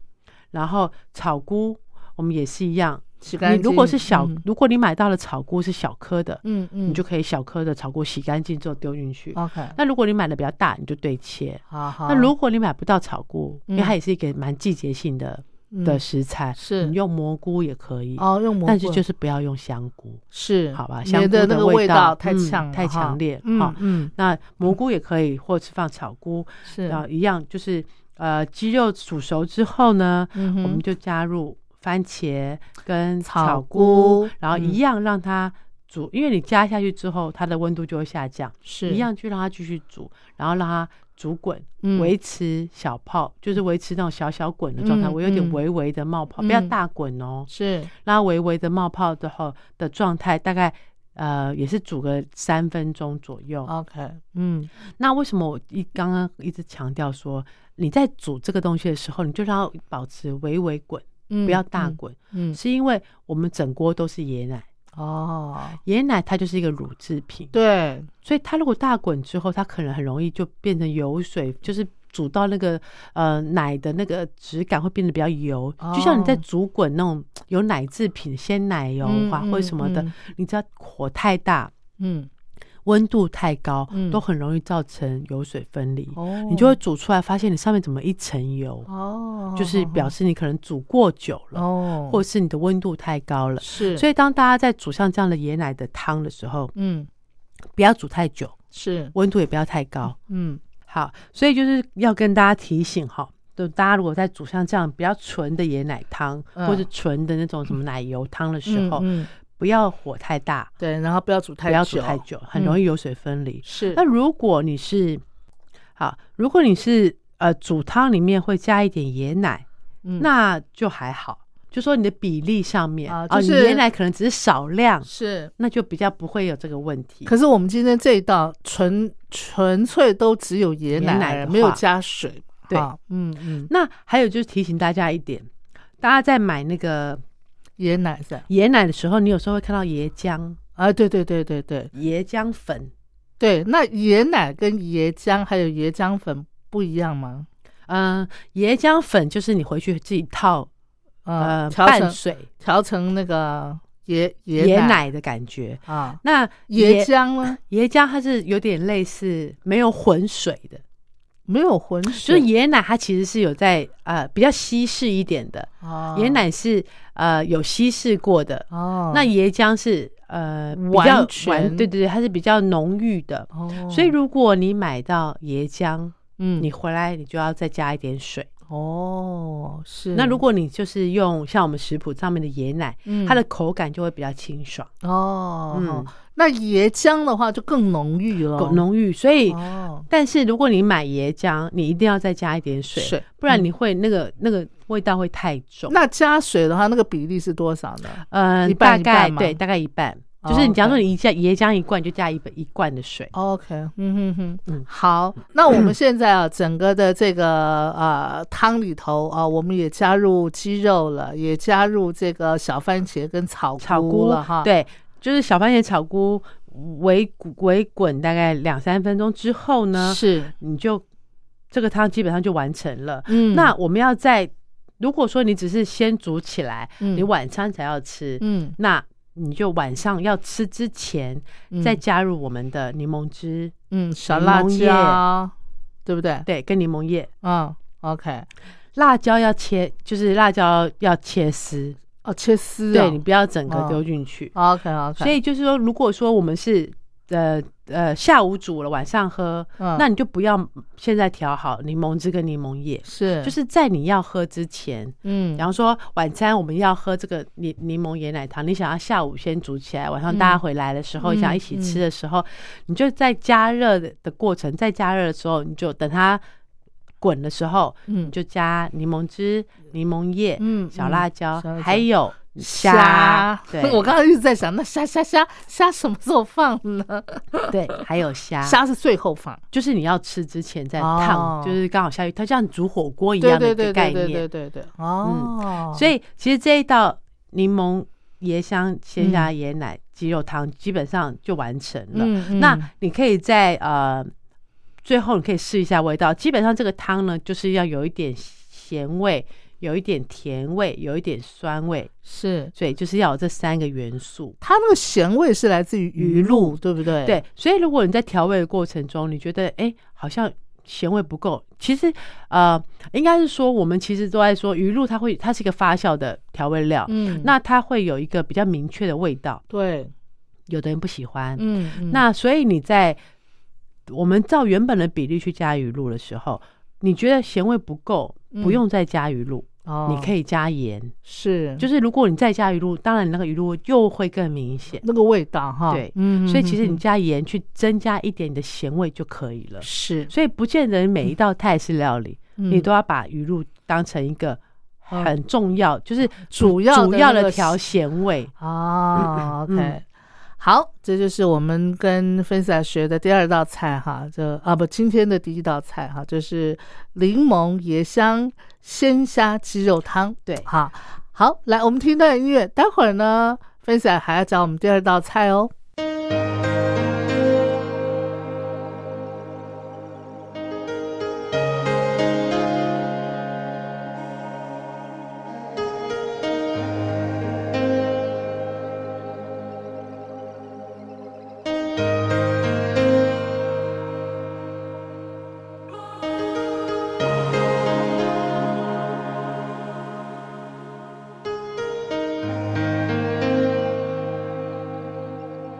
Speaker 1: 然后草菇我们也是一样。
Speaker 4: 洗干
Speaker 1: 你
Speaker 4: 净，
Speaker 1: 如果是小，
Speaker 4: 嗯
Speaker 1: 如果你买到了草菇是小颗的，
Speaker 4: 嗯嗯哦
Speaker 1: 你就可以小颗的草菇洗干净之后丢进去。
Speaker 4: OK，
Speaker 1: 那如果你买的比较大，你就对切。
Speaker 4: 好好，
Speaker 1: 那如果你买不到草菇，因为
Speaker 4: 嗯
Speaker 1: 它也是一个蛮季节性的的食材，
Speaker 4: 是
Speaker 1: 你用蘑菇也可以，
Speaker 4: 嗯哦，用蘑菇，
Speaker 1: 但是就是不要用香菇，
Speaker 4: 是
Speaker 1: 好吧？香
Speaker 4: 你
Speaker 1: 菇
Speaker 4: 的那个
Speaker 1: 味
Speaker 4: 道太
Speaker 1: 嗯
Speaker 4: 呛了哈，
Speaker 1: 太强烈，
Speaker 4: 嗯
Speaker 1: 好。
Speaker 4: 嗯，
Speaker 1: 那蘑菇也可以，或是放草菇，
Speaker 4: 是
Speaker 1: 然后一样就是呃，鸡肉煮熟之后呢，
Speaker 4: 嗯
Speaker 1: 我
Speaker 4: 哼
Speaker 1: 们就加入番茄跟
Speaker 4: 草
Speaker 1: 草菇，
Speaker 4: 菇
Speaker 1: 然后
Speaker 4: 嗯
Speaker 1: 一样让它煮，因为你加下去之后，它的温度就会下降，
Speaker 4: 是
Speaker 1: 一，样去让它继续煮，然后让它煮滚，
Speaker 4: 嗯
Speaker 1: 维持小泡，就是维持那种小小滚的状态，
Speaker 4: 嗯
Speaker 1: 我有点
Speaker 4: 嗯
Speaker 1: 微微的冒泡，不要
Speaker 4: 嗯
Speaker 1: 大滚哦，
Speaker 4: 是
Speaker 1: 让它微微的冒泡之后的状态，大概呃也是煮个三分钟左右。
Speaker 4: OK，嗯，
Speaker 1: 那为什么我一刚刚一直强调说，你在煮这个东西的时候，你就让它保持微微滚，
Speaker 4: 不
Speaker 1: 不要大，滚，
Speaker 4: 嗯，嗯
Speaker 1: 是因为我们整锅都是椰奶，
Speaker 4: 哦，
Speaker 1: 椰奶它就是一个乳制品，，
Speaker 4: 对，
Speaker 1: 所以它如果大滚之后，它可能很容易就变成油水，就是。煮到那个呃奶的那个质感会变得比较油，
Speaker 4: 哦
Speaker 1: 就像你在煮滚那种有奶制品、鲜奶油啊、
Speaker 4: 嗯
Speaker 1: 或者什么的，
Speaker 4: 嗯
Speaker 1: 你只要火太大、
Speaker 4: 嗯，
Speaker 1: 温度太高，
Speaker 4: 嗯
Speaker 1: 都很容易造成油水分离。
Speaker 4: 哦，
Speaker 1: 你就会煮出来，发现你上面怎么一层油，
Speaker 4: 哦，
Speaker 1: 就是表示你可能煮过久了，
Speaker 4: 哦，
Speaker 1: 或是你的温度太高了。
Speaker 4: 是，
Speaker 1: 所
Speaker 4: 以
Speaker 1: 以当大家在煮像这样的椰奶的汤的时候，
Speaker 4: 嗯
Speaker 1: 不要煮太久，
Speaker 4: 是，
Speaker 1: 温度也不要太高。
Speaker 4: 嗯
Speaker 1: 好，所以就是要跟大家提醒哈。就大家如果在煮像这样比较纯的椰奶汤，
Speaker 4: 嗯
Speaker 1: 或是纯的那种什么奶油汤的时
Speaker 4: 嗯
Speaker 1: 候，
Speaker 4: 嗯
Speaker 1: 不要火太大，
Speaker 4: 对，然后不要煮太
Speaker 1: 不
Speaker 4: 久，嗯
Speaker 1: 要煮太久，很容易油水分离。
Speaker 4: 是，
Speaker 1: 那如果你是好，如果你是呃煮汤里面会加一点椰奶，
Speaker 4: 嗯
Speaker 1: 那就还好，就说你的比例上面
Speaker 4: 啊
Speaker 1: 啊，
Speaker 4: 就
Speaker 1: 你
Speaker 4: 是
Speaker 1: 椰奶可能只是少量，
Speaker 4: 是。
Speaker 1: 那就比较不会有这个问题。
Speaker 4: 可是我们今天这一道纯纯粹都只有椰
Speaker 1: 椰
Speaker 4: 奶
Speaker 1: 奶
Speaker 4: 而
Speaker 1: 的
Speaker 4: 没有
Speaker 1: 话
Speaker 4: 加水，
Speaker 1: 对
Speaker 4: 啊嗯嗯，
Speaker 1: 那还有就是提醒大家一点，大家在买那个
Speaker 4: 椰奶是吧
Speaker 1: 椰奶的时候，你有时候会看到椰浆、
Speaker 4: 啊，对对对对对
Speaker 1: 椰浆粉。
Speaker 4: 对，那椰奶跟椰浆还有椰浆粉不一样吗？
Speaker 1: 嗯，椰浆粉就是你回去自己套
Speaker 4: 呃
Speaker 1: 呃，
Speaker 4: 调
Speaker 1: 拌
Speaker 4: 成
Speaker 1: 水
Speaker 4: 调成那个椰
Speaker 1: 椰
Speaker 4: 奶
Speaker 1: 奶的感觉。
Speaker 4: 啊，
Speaker 1: 那
Speaker 4: 椰浆呢
Speaker 1: 椰浆它是有点类似没有混水的，
Speaker 4: 没有浑
Speaker 1: 就
Speaker 4: 水，
Speaker 1: 是椰奶它其实是有在呃比较稀释一点的，
Speaker 4: 啊
Speaker 1: 椰奶是呃有稀释过的，
Speaker 4: 哦，
Speaker 1: 那椰浆是呃比
Speaker 4: 完
Speaker 1: 较
Speaker 4: 全
Speaker 1: 完对对对，它是比较浓郁的。
Speaker 4: 哦，
Speaker 1: 所以如果你买到椰浆，
Speaker 4: 嗯
Speaker 1: 你回来你就要再加一点水。
Speaker 4: 哦是
Speaker 1: 那如果你就是用像我们食谱上面的椰奶，
Speaker 4: 嗯
Speaker 1: 它的口感就会比较清爽、
Speaker 4: 哦、
Speaker 1: 嗯
Speaker 4: 那椰浆的话就更浓郁了，
Speaker 1: 更浓郁，所以。
Speaker 4: 哦
Speaker 1: 但是如果你买椰浆，你一定要再加一点水，
Speaker 4: 水
Speaker 1: 不然你会那个、那个味道会太重。
Speaker 4: 那加水的话，那个比例是多少呢？
Speaker 1: 呃，
Speaker 4: 一半一
Speaker 1: 大概
Speaker 4: 半吗
Speaker 1: 对，大概一半。
Speaker 4: 哦
Speaker 1: 就是你假如说
Speaker 4: OK
Speaker 1: 你一加椰浆一罐，就加一杯一罐的水。
Speaker 4: OK，嗯哼哼，
Speaker 1: 嗯
Speaker 4: 好，那我们现在啊，整个的这个呃汤里头啊，我们也加入鸡肉了，也加入这个小番茄跟草
Speaker 1: 炒
Speaker 4: 菇
Speaker 1: 菇
Speaker 4: 了哈。，
Speaker 1: 对，就是小番茄炒菇围滚围滚大概两三分钟之后呢，
Speaker 4: 是，
Speaker 1: 你就这个汤基本上就完成了。
Speaker 4: 嗯
Speaker 1: 那我们要在如果说你只是先煮起来，
Speaker 4: 嗯
Speaker 1: 你晚餐才要吃，
Speaker 4: 嗯
Speaker 1: 那你就晚上要吃之前、
Speaker 4: 嗯
Speaker 1: 再加入我们的柠檬汁，
Speaker 4: 嗯小
Speaker 1: 柠
Speaker 4: 辣
Speaker 1: 檬叶
Speaker 4: 椒，对不对？
Speaker 1: 对，跟柠檬叶。
Speaker 4: 嗯，OK，
Speaker 1: 辣椒要切，就是辣椒要切丝，
Speaker 4: 哦，切丝
Speaker 1: 对
Speaker 4: 哦
Speaker 1: 你不要整个
Speaker 4: 哦
Speaker 1: 丢进去。
Speaker 4: ，OK OK，
Speaker 1: 所以就是说，如果说我们是呃呃下午煮了，晚上喝，
Speaker 4: 嗯
Speaker 1: 那你就不要现在调好柠檬汁跟柠檬叶，
Speaker 4: 是
Speaker 1: 就是在你要喝之前，
Speaker 4: 嗯
Speaker 1: 比方说晚餐我们要喝这个柠柠檬椰奶糖，你想要下午先煮起来，晚上
Speaker 4: 嗯
Speaker 1: 大家回来的时候、
Speaker 4: 嗯
Speaker 1: 想要一起吃的时候，你就在加热的的过程，在加热的时候，你就等它滚的时候，
Speaker 4: 嗯
Speaker 1: 你就加柠檬汁、柠檬叶、
Speaker 4: 嗯
Speaker 1: 小
Speaker 4: 嗯
Speaker 1: 辣椒，
Speaker 4: 小辣椒
Speaker 1: 还有
Speaker 4: 虾
Speaker 1: 虾，对
Speaker 4: ，我刚刚一直在想，那虾虾虾虾什么时候放呢？
Speaker 1: 对，还有虾，
Speaker 4: 虾是最后放，
Speaker 1: 就是你要吃之前再烫，
Speaker 4: 哦
Speaker 1: 就是刚好下去，它像煮火锅一
Speaker 4: 对
Speaker 1: 样的
Speaker 4: 对
Speaker 1: 一
Speaker 4: 对
Speaker 1: 个概
Speaker 4: 对对对
Speaker 1: 念。嗯
Speaker 4: 对对，哦，
Speaker 1: 所以其实这一道柠檬椰香鲜虾椰奶鸡肉汤基本上就完成了。
Speaker 4: 嗯嗯
Speaker 1: 那你可以在呃最后你可以试一下味道，基本上这个汤呢就是要有一点咸味。有一点甜味，有一点酸味，
Speaker 4: 是
Speaker 1: 所以就是要有这三个元素。
Speaker 4: 它那个咸味是来自于鱼
Speaker 1: 鱼露
Speaker 4: 露，对不对？
Speaker 1: 对，所以如果你在调味的过程中，你觉得哎、诶好像咸味不够。其实呃，应该是说我们其实都在说鱼露，它会它是一个发酵的调味料，
Speaker 4: 嗯
Speaker 1: 那它会有一个比较明确的味道，
Speaker 4: 对，
Speaker 1: 有的人不喜欢。
Speaker 4: 嗯，嗯
Speaker 1: 那所以你在我们照原本的比例去加鱼露的时候，你觉得咸味不够，不
Speaker 4: 嗯
Speaker 1: 用再加鱼露，
Speaker 4: 哦
Speaker 1: 你可以加盐。
Speaker 4: 是
Speaker 1: 就是是如果你再加鱼露，当然你那个鱼露又会更明显。
Speaker 4: 那个味道哈，
Speaker 1: 对
Speaker 4: 嗯，
Speaker 1: 所以其实你
Speaker 4: 嗯嗯
Speaker 1: 加盐去增加一点你的咸味就可以了
Speaker 4: 嗯。是
Speaker 1: 所以不见得每一道泰式料理，你
Speaker 4: 嗯
Speaker 1: 都要把鱼露当成一个
Speaker 4: 嗯
Speaker 1: 很重要，就是
Speaker 4: 哦主要的
Speaker 1: 主要
Speaker 4: 那
Speaker 1: 的
Speaker 4: 个
Speaker 1: 调咸味。
Speaker 4: 哦
Speaker 1: 嗯
Speaker 4: ，OK，好，这就是我们跟芬萨学的第二道菜哈，就啊不，今天的第一道菜哈，就是柠檬椰香鲜虾鸡肉汤。
Speaker 1: 对
Speaker 4: 哈，好，来，我们听段音乐，待会儿呢，芬萨还要讲我们第二道菜哦。
Speaker 3: 你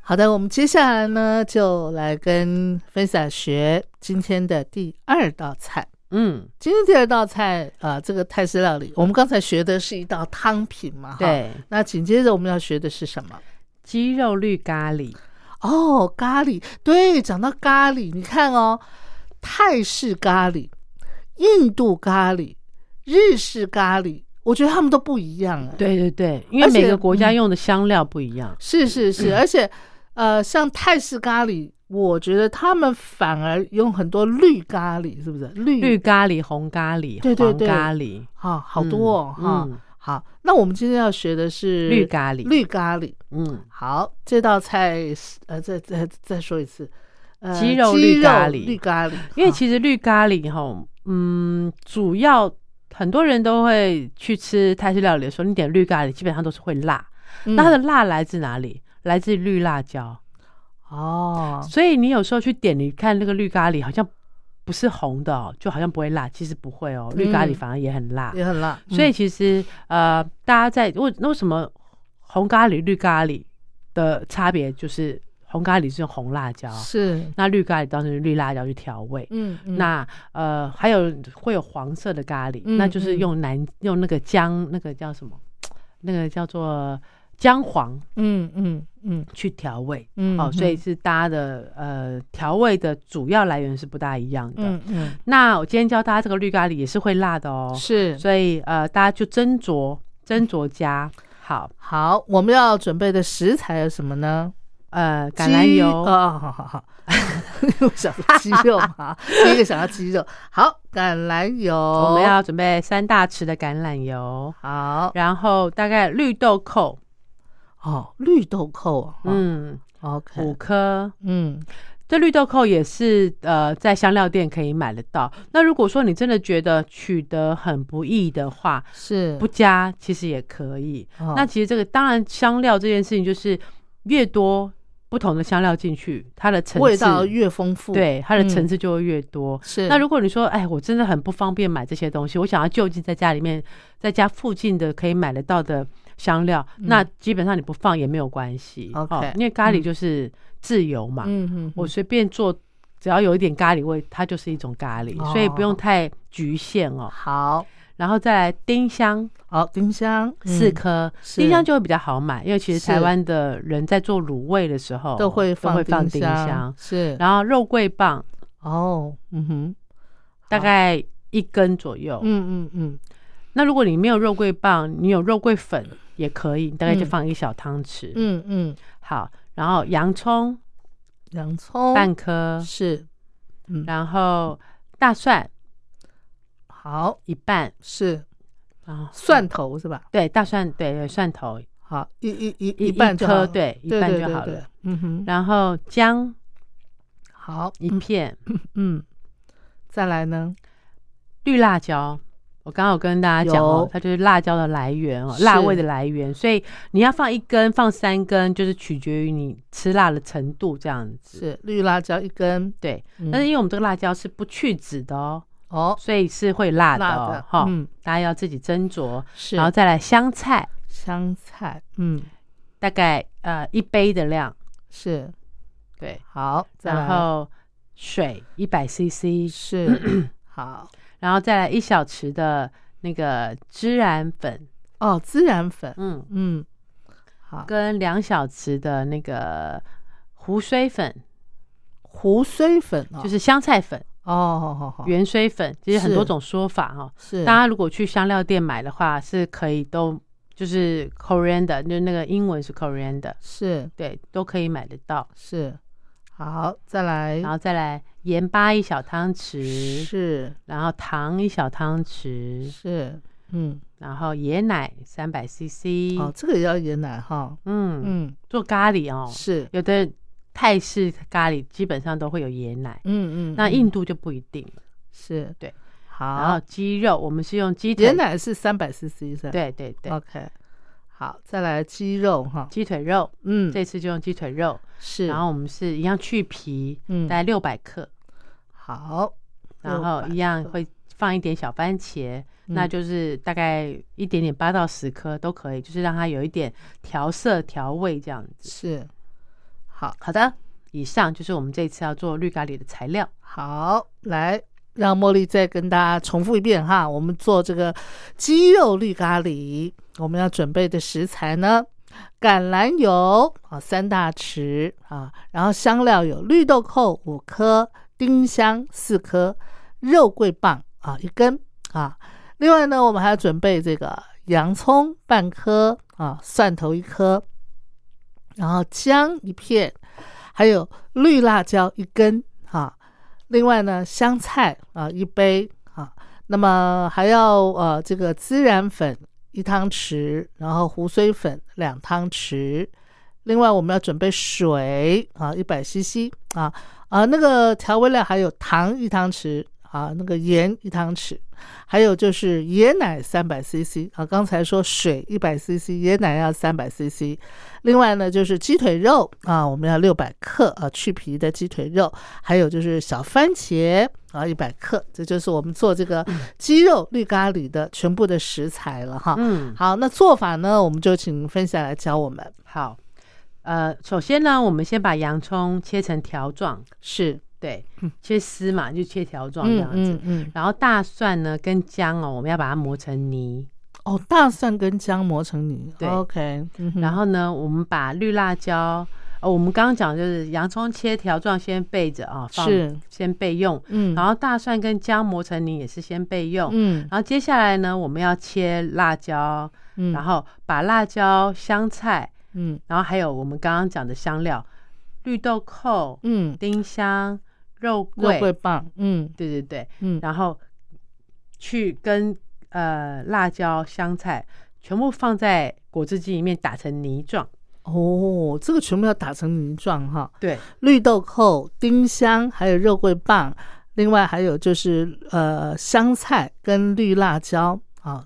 Speaker 4: 好的，我们接下来呢就来跟分享学今天的第二道菜。
Speaker 1: 嗯，
Speaker 4: 今天第二道菜啊、呃这个泰式料理，我们刚才学的是一道汤品嘛，哈。
Speaker 1: 对，
Speaker 4: 那紧接着我们要学的是什么？
Speaker 1: 鸡肉绿咖喱，
Speaker 4: 哦，咖喱。对，讲到咖喱，你看哦，泰式咖喱、印度咖喱、日式咖喱，我觉得他们都不一样哎。
Speaker 1: 对对对，因为
Speaker 4: 而且
Speaker 1: 每个国家
Speaker 4: 嗯
Speaker 1: 用的香料不一样，
Speaker 4: 是是 是，而且呃，像泰式咖喱，我觉得他们反而用很多绿咖喱，是不是？绿
Speaker 1: 绿咖喱、红咖喱、
Speaker 4: 对对对
Speaker 1: 黄咖喱、
Speaker 4: 啊，好多哦
Speaker 1: 嗯
Speaker 4: 哈、
Speaker 1: 嗯
Speaker 4: 好，那我们今天要学的是
Speaker 1: 绿咖喱
Speaker 4: 绿咖喱。
Speaker 1: 嗯，
Speaker 4: 好，这道菜是呃，再再再说一次，呃，
Speaker 1: 鸡肉
Speaker 4: 鸡
Speaker 1: 绿咖喱
Speaker 4: 绿咖喱，
Speaker 1: 因
Speaker 4: 哈
Speaker 1: 为其实绿咖喱哈，嗯，主要很多人都会去吃泰式料理的时候，你点绿咖喱基本上都是会辣，那它的辣来自哪里？来自于绿辣椒，
Speaker 4: 嗯哦，
Speaker 1: 所以你有时候去点，你看那个绿咖喱好像不是红的哦，就好像不会辣，其实不会哦，绿咖喱反而也很辣。
Speaker 4: 也很辣，
Speaker 1: 所以其实呃，大家在为那为什么红咖喱、绿咖喱的差别就是红咖喱是用红辣椒
Speaker 4: 嗯，是，
Speaker 1: 那绿咖喱当然是绿辣椒去调味。
Speaker 4: 嗯，嗯
Speaker 1: 那呃，还有会有黄色的咖喱，
Speaker 4: 嗯
Speaker 1: 那就是
Speaker 4: 嗯
Speaker 1: 用南用那个姜，那个叫什么？那个叫做姜黄
Speaker 4: 嗯嗯嗯
Speaker 1: 去调味。
Speaker 4: 嗯，
Speaker 1: 哦，所以是大家的呃调味的主要来源是不大一样的。
Speaker 4: 嗯嗯
Speaker 1: 那我今天教大家这个绿咖喱也是会辣的哦，
Speaker 4: 是
Speaker 1: 所以呃大家就斟酌斟酌加好
Speaker 4: 好，我们要准备的食材有什么呢？
Speaker 1: 呃橄榄
Speaker 4: 鸡
Speaker 1: 油、
Speaker 4: 哦，好好好， 我想到鸡肉嘛，第一个想到鸡肉。好，橄榄油，
Speaker 1: 我
Speaker 4: 我
Speaker 1: 们要准备三大匙的橄榄油，
Speaker 4: 好
Speaker 1: 然后大概绿豆蔻
Speaker 4: 哦，绿豆蔻啊，
Speaker 1: 嗯五
Speaker 4: ，OK，
Speaker 1: 颗。
Speaker 4: 嗯
Speaker 1: 这绿豆蔻也是呃，在香料店可以买得到。那如果说你真的觉得取得很不易的话，
Speaker 4: 是
Speaker 1: 不加其实也可以。
Speaker 4: 哦
Speaker 1: 那其实这个当然香料这件事情，就是越多不同的香料进去，它的层次
Speaker 4: 味道越丰富，，
Speaker 1: 对它的层
Speaker 4: 嗯
Speaker 1: 次就会越多。
Speaker 4: 是。
Speaker 1: 那如果你说，哎，我真的很不方便买这些东西，我想要就近在家里面，在家附近的可以买得到的香料，那基本上你不放也没有关系。
Speaker 4: 嗯
Speaker 1: 哦
Speaker 4: OK，
Speaker 1: 因为咖喱
Speaker 4: 嗯
Speaker 1: 就是自由嘛，
Speaker 4: 嗯嗯，
Speaker 1: 我
Speaker 4: 我
Speaker 1: 随便做，只要有一点咖喱味，它就是一种咖喱，所以不用
Speaker 4: 哦
Speaker 1: 太局限哦。
Speaker 4: 好
Speaker 1: 然后再来丁香，
Speaker 4: 好丁香
Speaker 1: 四
Speaker 4: 嗯
Speaker 1: 颗，
Speaker 4: 是
Speaker 1: 丁香就会比较好买，因为其实
Speaker 4: 是
Speaker 1: 台湾的人在做卤味的时候
Speaker 4: 都会
Speaker 1: 都会放
Speaker 4: 丁
Speaker 1: 丁香，
Speaker 4: 是
Speaker 1: 然后肉桂棒
Speaker 4: 哦，嗯哼，
Speaker 1: 大概一根左右。
Speaker 4: 嗯嗯嗯，
Speaker 1: 那如果你没有肉桂棒，你有肉桂粉也可以，你大概就
Speaker 4: 嗯
Speaker 1: 放一个小汤匙。
Speaker 4: 嗯嗯，
Speaker 1: 好，然后洋葱
Speaker 4: 洋葱
Speaker 1: 半颗，
Speaker 4: 是，嗯，
Speaker 1: 然后大蒜
Speaker 4: 好
Speaker 1: 一半，
Speaker 4: 是
Speaker 1: 嗯然后
Speaker 4: 蒜头是吧？
Speaker 1: 对大蒜对对蒜头
Speaker 4: 好，一一一
Speaker 1: 一
Speaker 4: 半
Speaker 1: 一
Speaker 4: 就好
Speaker 1: 颗
Speaker 4: 了，
Speaker 1: 对一
Speaker 4: 对
Speaker 1: 半
Speaker 4: 对
Speaker 1: 就
Speaker 4: 对
Speaker 1: 好
Speaker 4: 对
Speaker 1: 了，
Speaker 4: 嗯哼，
Speaker 1: 然后姜
Speaker 4: 好，
Speaker 1: 一
Speaker 4: 嗯
Speaker 1: 片，
Speaker 4: 嗯，再来呢？
Speaker 1: 绿辣椒。我刚刚有跟大家讲哦
Speaker 4: 有，
Speaker 1: 它就是辣椒的来源哦，
Speaker 4: 是
Speaker 1: 辣味的来源，所以你要放一根，放三根，就是取决于你吃辣的程度这样子。
Speaker 4: 是绿辣椒一根，
Speaker 1: 对，
Speaker 4: 嗯
Speaker 1: 但是因为我们这个辣椒是不去籽的哦，
Speaker 4: 哦，
Speaker 1: 所以是会辣的
Speaker 4: 辣的
Speaker 1: 哦哈、
Speaker 4: 嗯
Speaker 1: 大家要自己斟酌，
Speaker 4: 是，
Speaker 1: 然后再来香菜，
Speaker 4: 香菜，嗯，
Speaker 1: 大概呃一杯的量，嗯
Speaker 4: 是，
Speaker 1: 对，
Speaker 4: 好，再
Speaker 1: 然
Speaker 4: 来
Speaker 1: 后水一百 CC，
Speaker 4: 是好
Speaker 1: 然后再来一小匙的那个孜然粉，
Speaker 4: 哦，孜然粉，
Speaker 1: 嗯，
Speaker 4: 嗯，好，
Speaker 1: 跟两小匙的那个胡荽粉，
Speaker 4: 胡荽粉哦，
Speaker 1: 就是香菜粉、
Speaker 4: 哦，好好好，
Speaker 1: 圆荽粉，其实很
Speaker 4: 是
Speaker 1: 多种说法哈、哦。
Speaker 4: 是
Speaker 1: 大家如果去香料店买的话，是可以都就是 coriander，就是那个英文是 coriander，
Speaker 4: 是
Speaker 1: 对，都可以买得到。
Speaker 4: 是，好，再来
Speaker 1: 然后再来盐巴一小汤匙，
Speaker 4: 是
Speaker 1: 然后糖一小汤匙，
Speaker 4: 是，嗯，
Speaker 1: 然后椰奶三百 CC。
Speaker 4: 哦，这个也要椰奶哈，
Speaker 1: 嗯，
Speaker 4: 嗯，
Speaker 1: 做咖喱哦，
Speaker 4: 是，
Speaker 1: 有的泰式咖喱基本上都会有椰奶，
Speaker 4: 嗯嗯，
Speaker 1: 那
Speaker 4: 嗯
Speaker 1: 印度就不一定了。
Speaker 4: 是
Speaker 1: 对，然
Speaker 4: 好
Speaker 1: 后，鸡肉，我们是用鸡腿
Speaker 4: 椰，奶是三百 CC 是吧？
Speaker 1: 对对对，
Speaker 4: ，OK，好，再来鸡肉哈，
Speaker 1: 鸡腿肉，
Speaker 4: 嗯，
Speaker 1: 这次就用鸡腿肉。
Speaker 4: 是，
Speaker 1: 然后我们是一样去皮，
Speaker 4: 嗯
Speaker 1: 大概六百克，
Speaker 4: 好，
Speaker 1: 然后一样
Speaker 4: 600克嗯
Speaker 1: 会放一点小番茄，那就是大概一点点八到十颗都可以，就是让它有一点调色调味这样子。
Speaker 4: 是好
Speaker 1: 好的，以上就是我们这次要做绿咖喱的材料。
Speaker 4: 好，来让茉莉再跟大家重复一遍哈，我们做这个鸡肉绿咖喱，我们要准备的食材呢，橄榄油啊三大匙啊，然后香料有绿豆蔻五颗，丁香四颗，肉桂棒啊一根啊，另外呢，我们还要准备这个洋葱半颗啊，蒜头一颗，然后姜一片，还有绿辣椒一根啊。另外呢，香菜啊一杯啊，那么还要呃这个孜然粉一汤匙，然后胡荽粉两汤匙。另外我们要准备水啊一百 CC 啊啊那个调味料还有糖一汤匙啊那个盐一汤匙，还有就是椰奶三百 CC 啊刚才说水一百 CC 椰奶要三百 CC，另外呢，就是鸡腿肉啊，我们要六百克啊，去皮的鸡腿肉，还有就是小番茄啊，一百克，这就是我们做这个鸡肉绿咖喱的全部的食材了哈。
Speaker 1: 嗯，
Speaker 4: 好，那做法呢，我们就请分享来教我们。
Speaker 1: 好，呃，首先呢，我们先把洋葱切成条状，
Speaker 4: 是，
Speaker 1: 对，切丝嘛，就切条状这
Speaker 4: 嗯
Speaker 1: 样子。
Speaker 4: 嗯嗯，
Speaker 1: 然后大蒜呢跟姜哦，我们要把它磨成泥。
Speaker 4: 哦，大蒜跟姜磨成泥
Speaker 1: 对
Speaker 4: ，OK，嗯哼
Speaker 1: 然后呢，我们把绿辣椒，呃，我们刚刚讲就是洋葱切条状先备着啊，放
Speaker 4: 是
Speaker 1: 先备用。
Speaker 4: 嗯，
Speaker 1: 然后大蒜跟姜磨成泥也是先备用。
Speaker 4: 嗯
Speaker 1: 然后接下来呢，我们要切辣椒，
Speaker 4: 嗯，
Speaker 1: 然后把辣椒、香菜，
Speaker 4: 嗯
Speaker 1: 然后还有我们刚刚讲的香料，绿豆蔻、
Speaker 4: 嗯，
Speaker 1: 丁香、肉
Speaker 4: 肉
Speaker 1: 桂，
Speaker 4: 桂棒，嗯
Speaker 1: 对对对，
Speaker 4: 嗯
Speaker 1: 然后去跟呃辣椒、香菜全部放在果汁机里面打成泥状。
Speaker 4: 哦，这个全部要打成泥状哈。
Speaker 1: 对，
Speaker 4: 绿豆蔻、丁香，还有肉桂棒，另外还有就是呃香菜跟绿辣椒啊，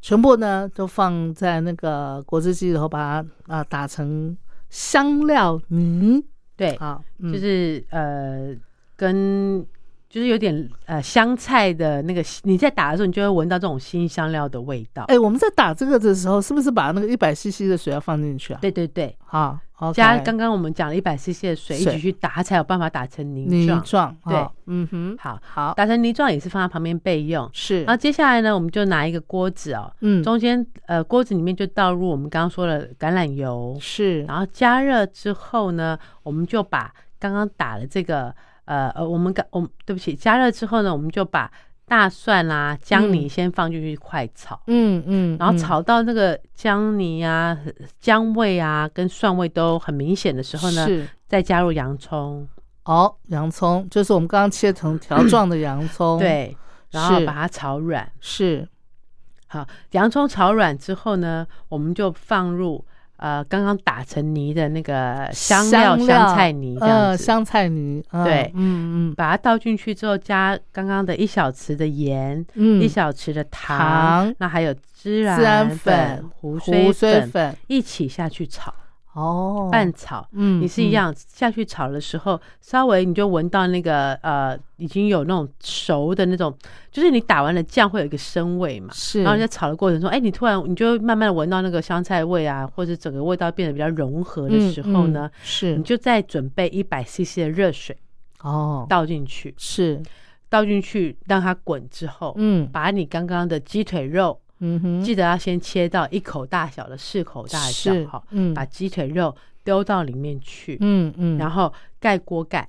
Speaker 4: 全部呢都放在那个果汁机里头，把它啊打成香料泥
Speaker 1: 对，
Speaker 4: 啊，嗯
Speaker 1: 就是呃跟。就是有点呃香菜的那个，你在打的时候，你就会闻到这种新香料的味道。
Speaker 4: 哎、我们在打这个的时候，是不是把那个一百 CC 的水要放进去啊？
Speaker 1: 对对对，
Speaker 4: 啊，OK，
Speaker 1: 加刚刚我们讲了一百 CC 的水一
Speaker 4: 水
Speaker 1: 起去打，它才有办法打成泥
Speaker 4: 泥
Speaker 1: 状。
Speaker 4: 状，
Speaker 1: 对
Speaker 4: 啊嗯哼，
Speaker 1: 好，
Speaker 4: 好，
Speaker 1: 打成泥状也是放在旁边备用。
Speaker 4: 是
Speaker 1: 然，后接下来呢，我们就拿一个锅子哦，
Speaker 4: 嗯，
Speaker 1: 中间呃锅子里面就倒入我们刚刚说的橄榄油，
Speaker 4: 是，
Speaker 1: 然后加热之后呢，我们就把刚刚打的这个呃呃我们刚我们对不起，加热之后呢，我们就把大蒜啦、姜泥
Speaker 4: 嗯
Speaker 1: 先放进去快炒。
Speaker 4: 嗯嗯，
Speaker 1: 然后
Speaker 4: 嗯
Speaker 1: 炒到那个姜泥啊、姜味啊跟蒜味都很明显的时候呢，
Speaker 4: 是
Speaker 1: 再加入洋葱，
Speaker 4: 哦，洋葱就是我们刚刚切成条状的洋葱，，
Speaker 1: 对，然后
Speaker 4: 哦是
Speaker 1: 把它炒软。
Speaker 4: 是
Speaker 1: 好，洋葱炒软之后呢，我们就放入呃刚刚打成泥的那个香料香菜泥这样
Speaker 4: 呃，
Speaker 1: 子，
Speaker 4: 香菜泥，嗯
Speaker 1: 对
Speaker 4: 嗯嗯
Speaker 1: 把它倒进去之后，加刚刚的一小匙的盐，
Speaker 4: 嗯，
Speaker 1: 一小匙的糖，
Speaker 4: 糖
Speaker 1: 那还有孜
Speaker 4: 孜然
Speaker 1: 粉
Speaker 4: 粉、
Speaker 1: 胡
Speaker 4: 胡
Speaker 1: 粉
Speaker 4: 粉，
Speaker 1: 一起下去炒，
Speaker 4: 哦，
Speaker 1: 拌炒。
Speaker 4: 嗯，
Speaker 1: 也是
Speaker 4: 嗯，
Speaker 1: 一样，下去炒的时候，稍微你就闻到那个呃，已经有那种熟的那种，就是你打完了酱会有一个生味嘛，
Speaker 4: 是，
Speaker 1: 然后你在炒的过程中，哎，你突然你就慢慢的闻到那个香菜味啊，或者整个味道变得比较融合的时候呢，
Speaker 4: 嗯，嗯是
Speaker 1: 你就再准备一百 CC 的热水
Speaker 4: 哦，
Speaker 1: 倒进去，
Speaker 4: 是，
Speaker 1: 倒进去让它滚之后，
Speaker 4: 嗯
Speaker 1: 把你刚刚的鸡腿肉。
Speaker 4: 嗯哼，
Speaker 1: 记得要先切到一口大小的四口大小
Speaker 4: 是
Speaker 1: 哈，
Speaker 4: 嗯
Speaker 1: 把鸡腿肉丢到里面去，
Speaker 4: 嗯嗯，
Speaker 1: 然后盖锅盖，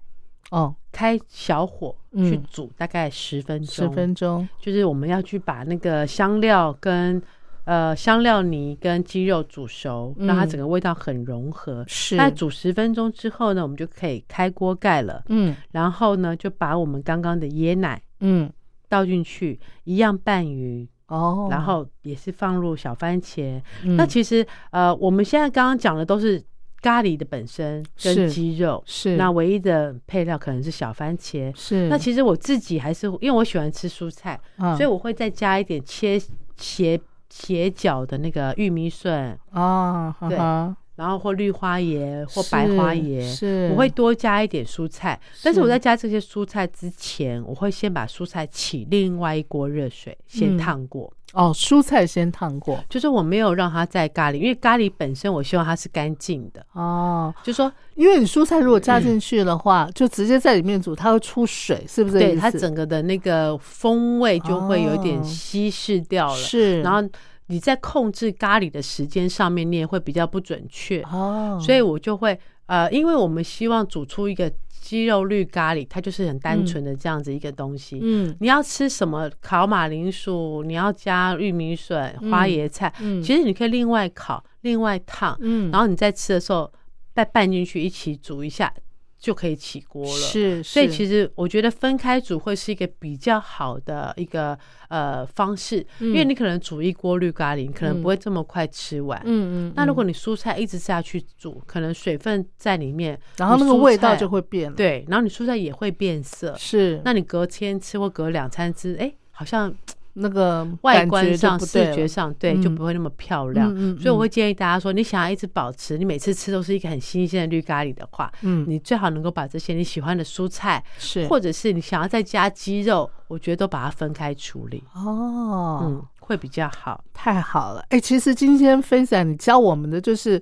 Speaker 4: 哦，
Speaker 1: 开小火
Speaker 4: 嗯
Speaker 1: 去煮大概十分钟，
Speaker 4: 十分钟，
Speaker 1: 就是我们要去把那个香料跟呃香料泥跟鸡肉煮熟，
Speaker 4: 嗯
Speaker 1: 让它整个味道很融合。
Speaker 4: 是
Speaker 1: 那煮十分钟之后呢，我们就可以开锅盖了。
Speaker 4: 嗯
Speaker 1: 然后呢，就把我们刚刚的椰奶
Speaker 4: 嗯，
Speaker 1: 倒进去，一样拌匀，
Speaker 4: 哦，
Speaker 1: 然后也是放入小番茄。
Speaker 4: 嗯
Speaker 1: 那其实呃，我们现在刚刚讲的都是咖喱的本身跟
Speaker 4: 是
Speaker 1: 鸡肉，
Speaker 4: 是
Speaker 1: 那唯一的配料可能是小番茄。
Speaker 4: 是
Speaker 1: 那其实我自己还是因为我喜欢吃蔬菜，
Speaker 4: 啊
Speaker 1: 所以我会再加一点切斜斜角的那个玉米笋，
Speaker 4: 啊，哈
Speaker 1: 对
Speaker 4: 哈
Speaker 1: 然后或绿花椰或白花椰，
Speaker 4: 是
Speaker 1: 我会多加一点蔬菜。但是我在加这些蔬菜之前，我会先把蔬菜起另外一锅热水，先
Speaker 4: 嗯
Speaker 1: 烫过。
Speaker 4: 哦，蔬菜先烫过
Speaker 1: 就是我没有让它在咖喱，因为咖喱本身我希望它是干净的，
Speaker 4: 哦，
Speaker 1: 就说
Speaker 4: 因为你蔬菜如果
Speaker 1: 嗯
Speaker 4: 加进去的话，就直接在里面煮，它会出水，是不是这
Speaker 1: 对
Speaker 4: 意思？
Speaker 1: 它整个的那个风味就会有点
Speaker 4: 哦
Speaker 1: 稀释掉了。
Speaker 4: 是，
Speaker 1: 然后你在控制咖喱的时间上面，你也会比较不准确。
Speaker 4: 哦，
Speaker 1: 所以我就会呃，因为我们希望煮出一个鸡肉绿咖喱，它就是很单纯的这样子一个东西。
Speaker 4: 嗯
Speaker 1: 你要吃什么烤马铃薯，你要加玉米笋、花椰菜，
Speaker 4: 嗯
Speaker 1: 其实你可以另外烤、另外烫，
Speaker 4: 嗯，
Speaker 1: 然后你在吃的时候再拌进去一起煮一下，就可以起锅了。。
Speaker 4: 是，
Speaker 1: 所以
Speaker 4: 是
Speaker 1: 其实我觉得分开煮会是一个比较好的一个呃方式，因为
Speaker 4: 嗯
Speaker 1: 你可能煮一锅绿咖喱，你可能
Speaker 4: 嗯
Speaker 1: 不会这么快吃完。
Speaker 4: 嗯嗯，
Speaker 1: 那如
Speaker 4: 嗯
Speaker 1: 果你蔬菜一直下去煮，可能水分在里面，
Speaker 4: 然后
Speaker 1: 你
Speaker 4: 那个
Speaker 1: 蔬
Speaker 4: 味道
Speaker 1: 菜
Speaker 4: 就会变了，，
Speaker 1: 对，然后你蔬菜也会变色。
Speaker 4: 是
Speaker 1: 那你隔天吃或隔两餐吃，哎、好像
Speaker 4: 那个
Speaker 1: 外
Speaker 4: 感觉
Speaker 1: 观
Speaker 4: 就
Speaker 1: 上、
Speaker 4: 不
Speaker 1: 视
Speaker 4: 对
Speaker 1: 觉
Speaker 4: 了
Speaker 1: 上，对，就
Speaker 4: 嗯
Speaker 1: 不会那么漂亮。
Speaker 4: 嗯嗯
Speaker 1: 所以我
Speaker 4: 嗯
Speaker 1: 会建议大家说，你想要一直保持，你每次吃都是一个很新鲜的绿咖喱的话，
Speaker 4: 嗯
Speaker 1: 你最好能够把这些你喜欢的蔬菜，
Speaker 4: 是
Speaker 1: 或者是你想要再加鸡肉，我觉得都把它分开处理，
Speaker 4: 哦，
Speaker 1: 嗯，会比较好。
Speaker 4: 太好了！哎、其实今天飞仔你教我们的就是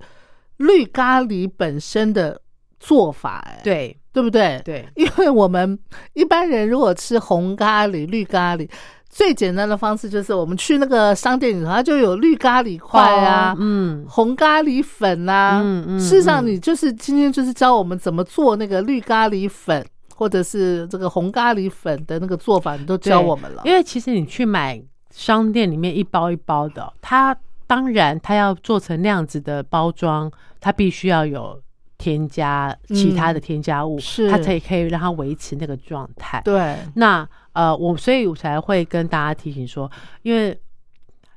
Speaker 4: 绿咖喱本身的做法、哎，
Speaker 1: 对
Speaker 4: 对不对？，
Speaker 1: 对，
Speaker 4: 因为我们一般人如果吃红咖喱、绿咖喱，最简单的方式就是我们去那个商店里头，它就有绿咖喱块啊。
Speaker 1: 嗯，
Speaker 4: 红咖喱粉啦、
Speaker 1: 嗯嗯
Speaker 4: 事实上，
Speaker 1: 嗯
Speaker 4: 你就是今天就是教我们怎么做那个绿咖喱粉，或者是这个红咖喱粉的那个做法，你都教
Speaker 1: 对
Speaker 4: 我们了。
Speaker 1: 因为其实你去买商店里面一包一包的哦，它当然它要做成那样子的包装，它必须要有添加其他的添加物，
Speaker 4: 是
Speaker 1: 它才可以让它维持那个状态。
Speaker 4: 嗯对，
Speaker 1: 那呃，我所以我才会跟大家提醒说，因为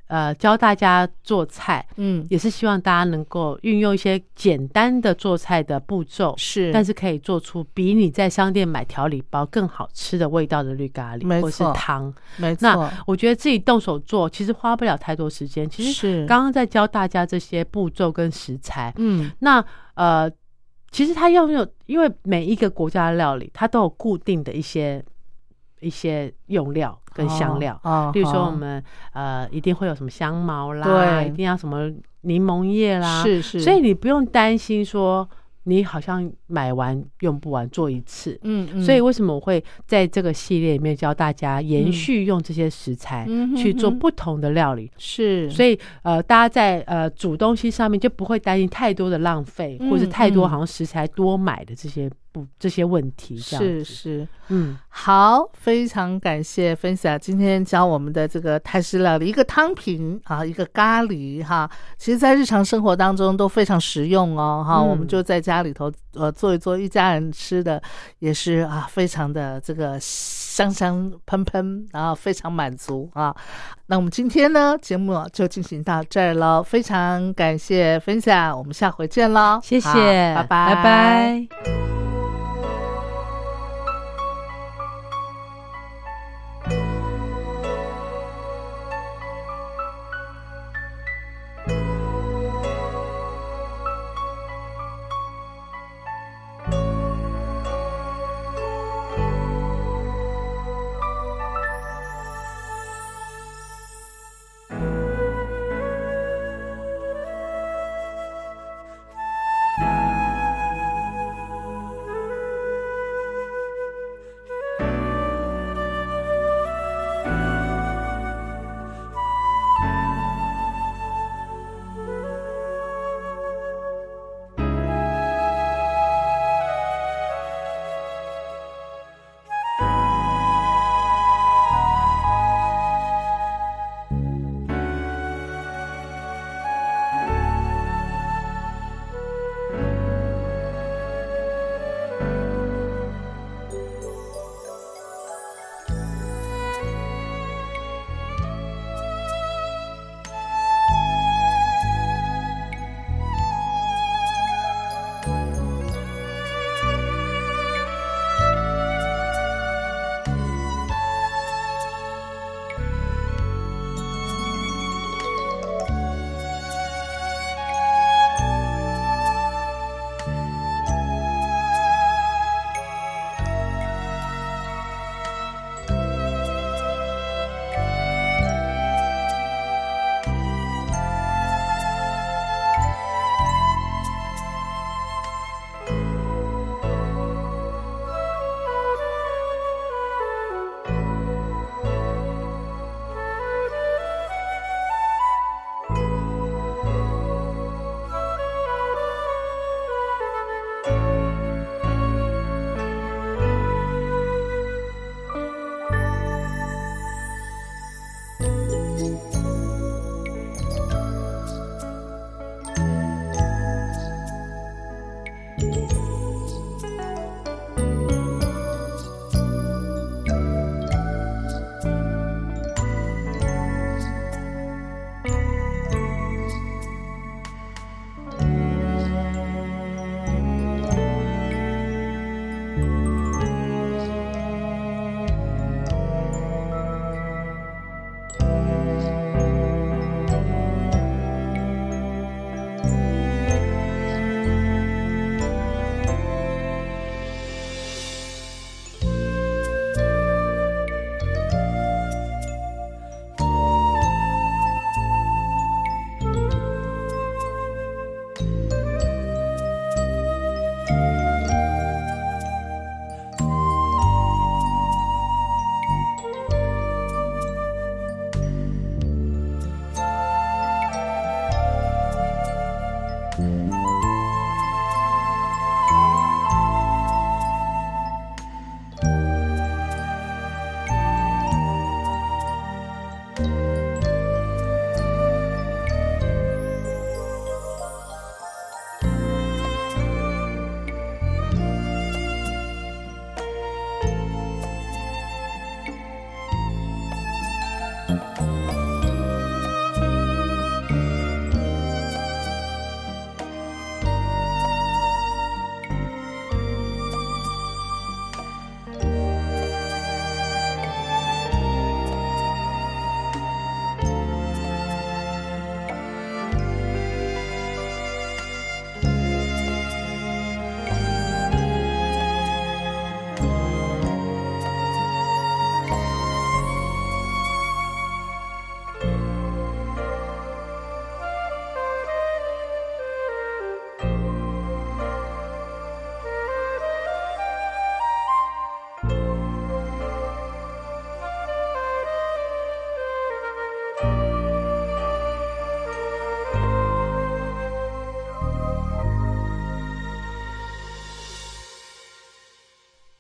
Speaker 1: 呃教大家做菜，
Speaker 4: 嗯，
Speaker 1: 也是希望大家能够运用一些简单的做菜的步骤。
Speaker 4: 是，
Speaker 1: 但是可以做出比你在商店买调理包更好吃的味道的绿咖
Speaker 4: 没
Speaker 1: 喱，或是
Speaker 4: 错
Speaker 1: 汤。
Speaker 4: 没错，
Speaker 1: 那我觉得自己动手做，其实花不了太多时间。其实
Speaker 4: 是
Speaker 1: 刚刚在教大家这些步骤跟食材，
Speaker 4: 嗯
Speaker 1: 那呃，其实它要有，因为每一个国家的料理，它都有固定的一些一些用料跟香料，
Speaker 4: 哦哦
Speaker 1: 例如说
Speaker 4: 好
Speaker 1: 我们呃一定会有什么香茅啦，
Speaker 4: 对
Speaker 1: 一定要什么柠檬叶啦，
Speaker 4: 是是，
Speaker 1: 所以你不用担心说你好像买完用不完，做一次，
Speaker 4: 嗯嗯，
Speaker 1: 所以为什么我会在这个系列里面教大家延续用这些食材
Speaker 4: 嗯哼
Speaker 1: 去做
Speaker 4: 哼
Speaker 1: 不同的料理？
Speaker 4: 是，
Speaker 1: 所
Speaker 4: 以
Speaker 1: 以呃，大家在呃煮东西上面就不会担心太多的浪费，
Speaker 4: 嗯
Speaker 1: 或是太多
Speaker 4: 嗯
Speaker 1: 好像食材多买的这些不这些问题。这样
Speaker 4: 是
Speaker 1: 子，
Speaker 4: 是。
Speaker 1: 嗯，
Speaker 4: 好，非常感谢芬霞今天教我们的这个泰式料理，一个汤品啊，一个咖喱哈，其实，在日常生活当中都非常实用哦哈。
Speaker 1: 嗯
Speaker 4: 我们就在家里头呃做一做，一家人吃的也是啊，非常的这个香香喷喷，然后非常满足啊。那我们今天呢节目就进行到这儿喽，非常感谢分享，我们下回见喽，
Speaker 1: 谢谢，
Speaker 4: 好拜拜，
Speaker 1: 拜拜。
Speaker 5: 啊。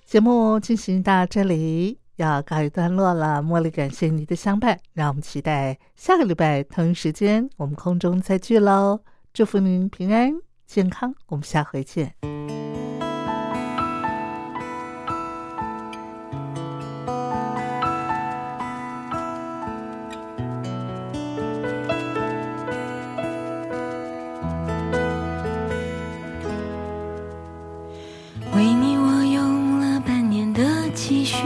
Speaker 4: 节目进行到这里要告一段落了，茉莉感谢你的相伴，让我们期待下个礼拜同一时间我们空中再聚喽！祝福您平安健康，我们下回见。
Speaker 3: 为你我用了半年的积蓄，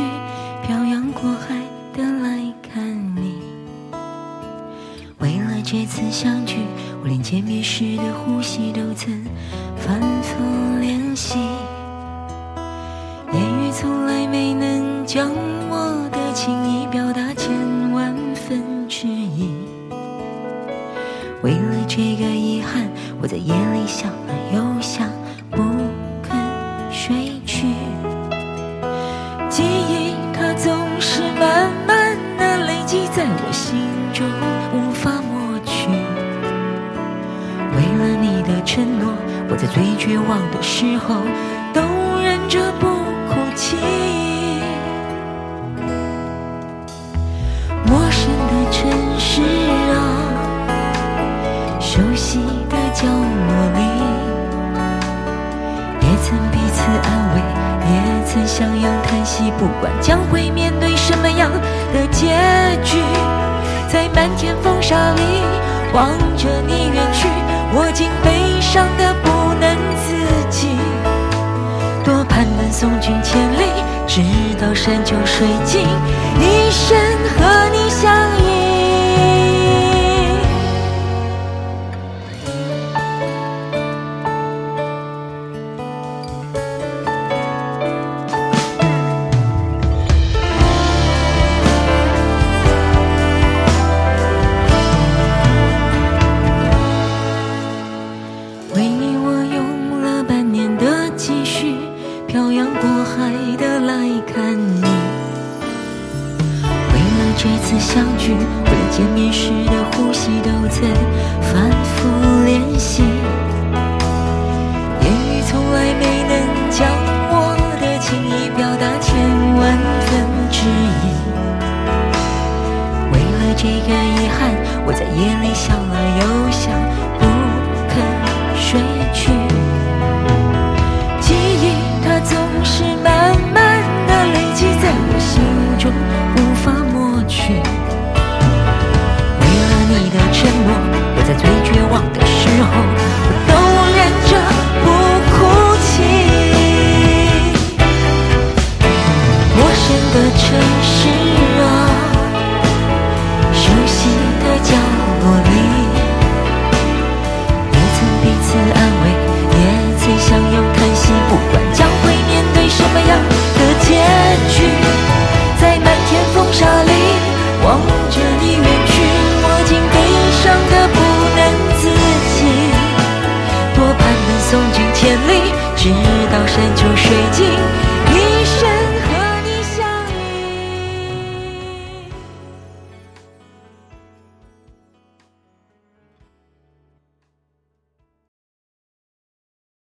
Speaker 3: 漂洋过海的来看你。为了这次相聚，我连见面时的呼吸都曾反复练习。言语从来没能将我的情意表达千万分之一。为了这个遗憾，我在夜里想了又想，不肯睡去。记忆它总是慢慢的累积在我心中，无法抹去。为了你的承诺，我在最绝望的时候，都忍着不哭泣。陌生的城市啊。熟悉的角落里，也曾彼此安慰，也曾相拥叹息。不管将会面对什么样的结局，在漫天风沙里望着你远去，我竟悲伤的不能自己。多盼能送君千里，直到山穷水尽，一生和你相依。为你我用了半年的积蓄，漂洋过海的来看你。为了这次相聚，为了见面时的呼吸都曾反复练习。言语从来没能将我的情意表达千万分之一。为了这个遗憾，我在夜里想了又想，不肯睡去。记忆它总是慢慢的累积在我心中，无法抹去。为了你的承诺，我在最绝望的时候，我都忍着不哭泣。陌生的城市啊。熟悉的角落里，也曾彼此安慰，也曾相拥叹息。不管将会面对什么样的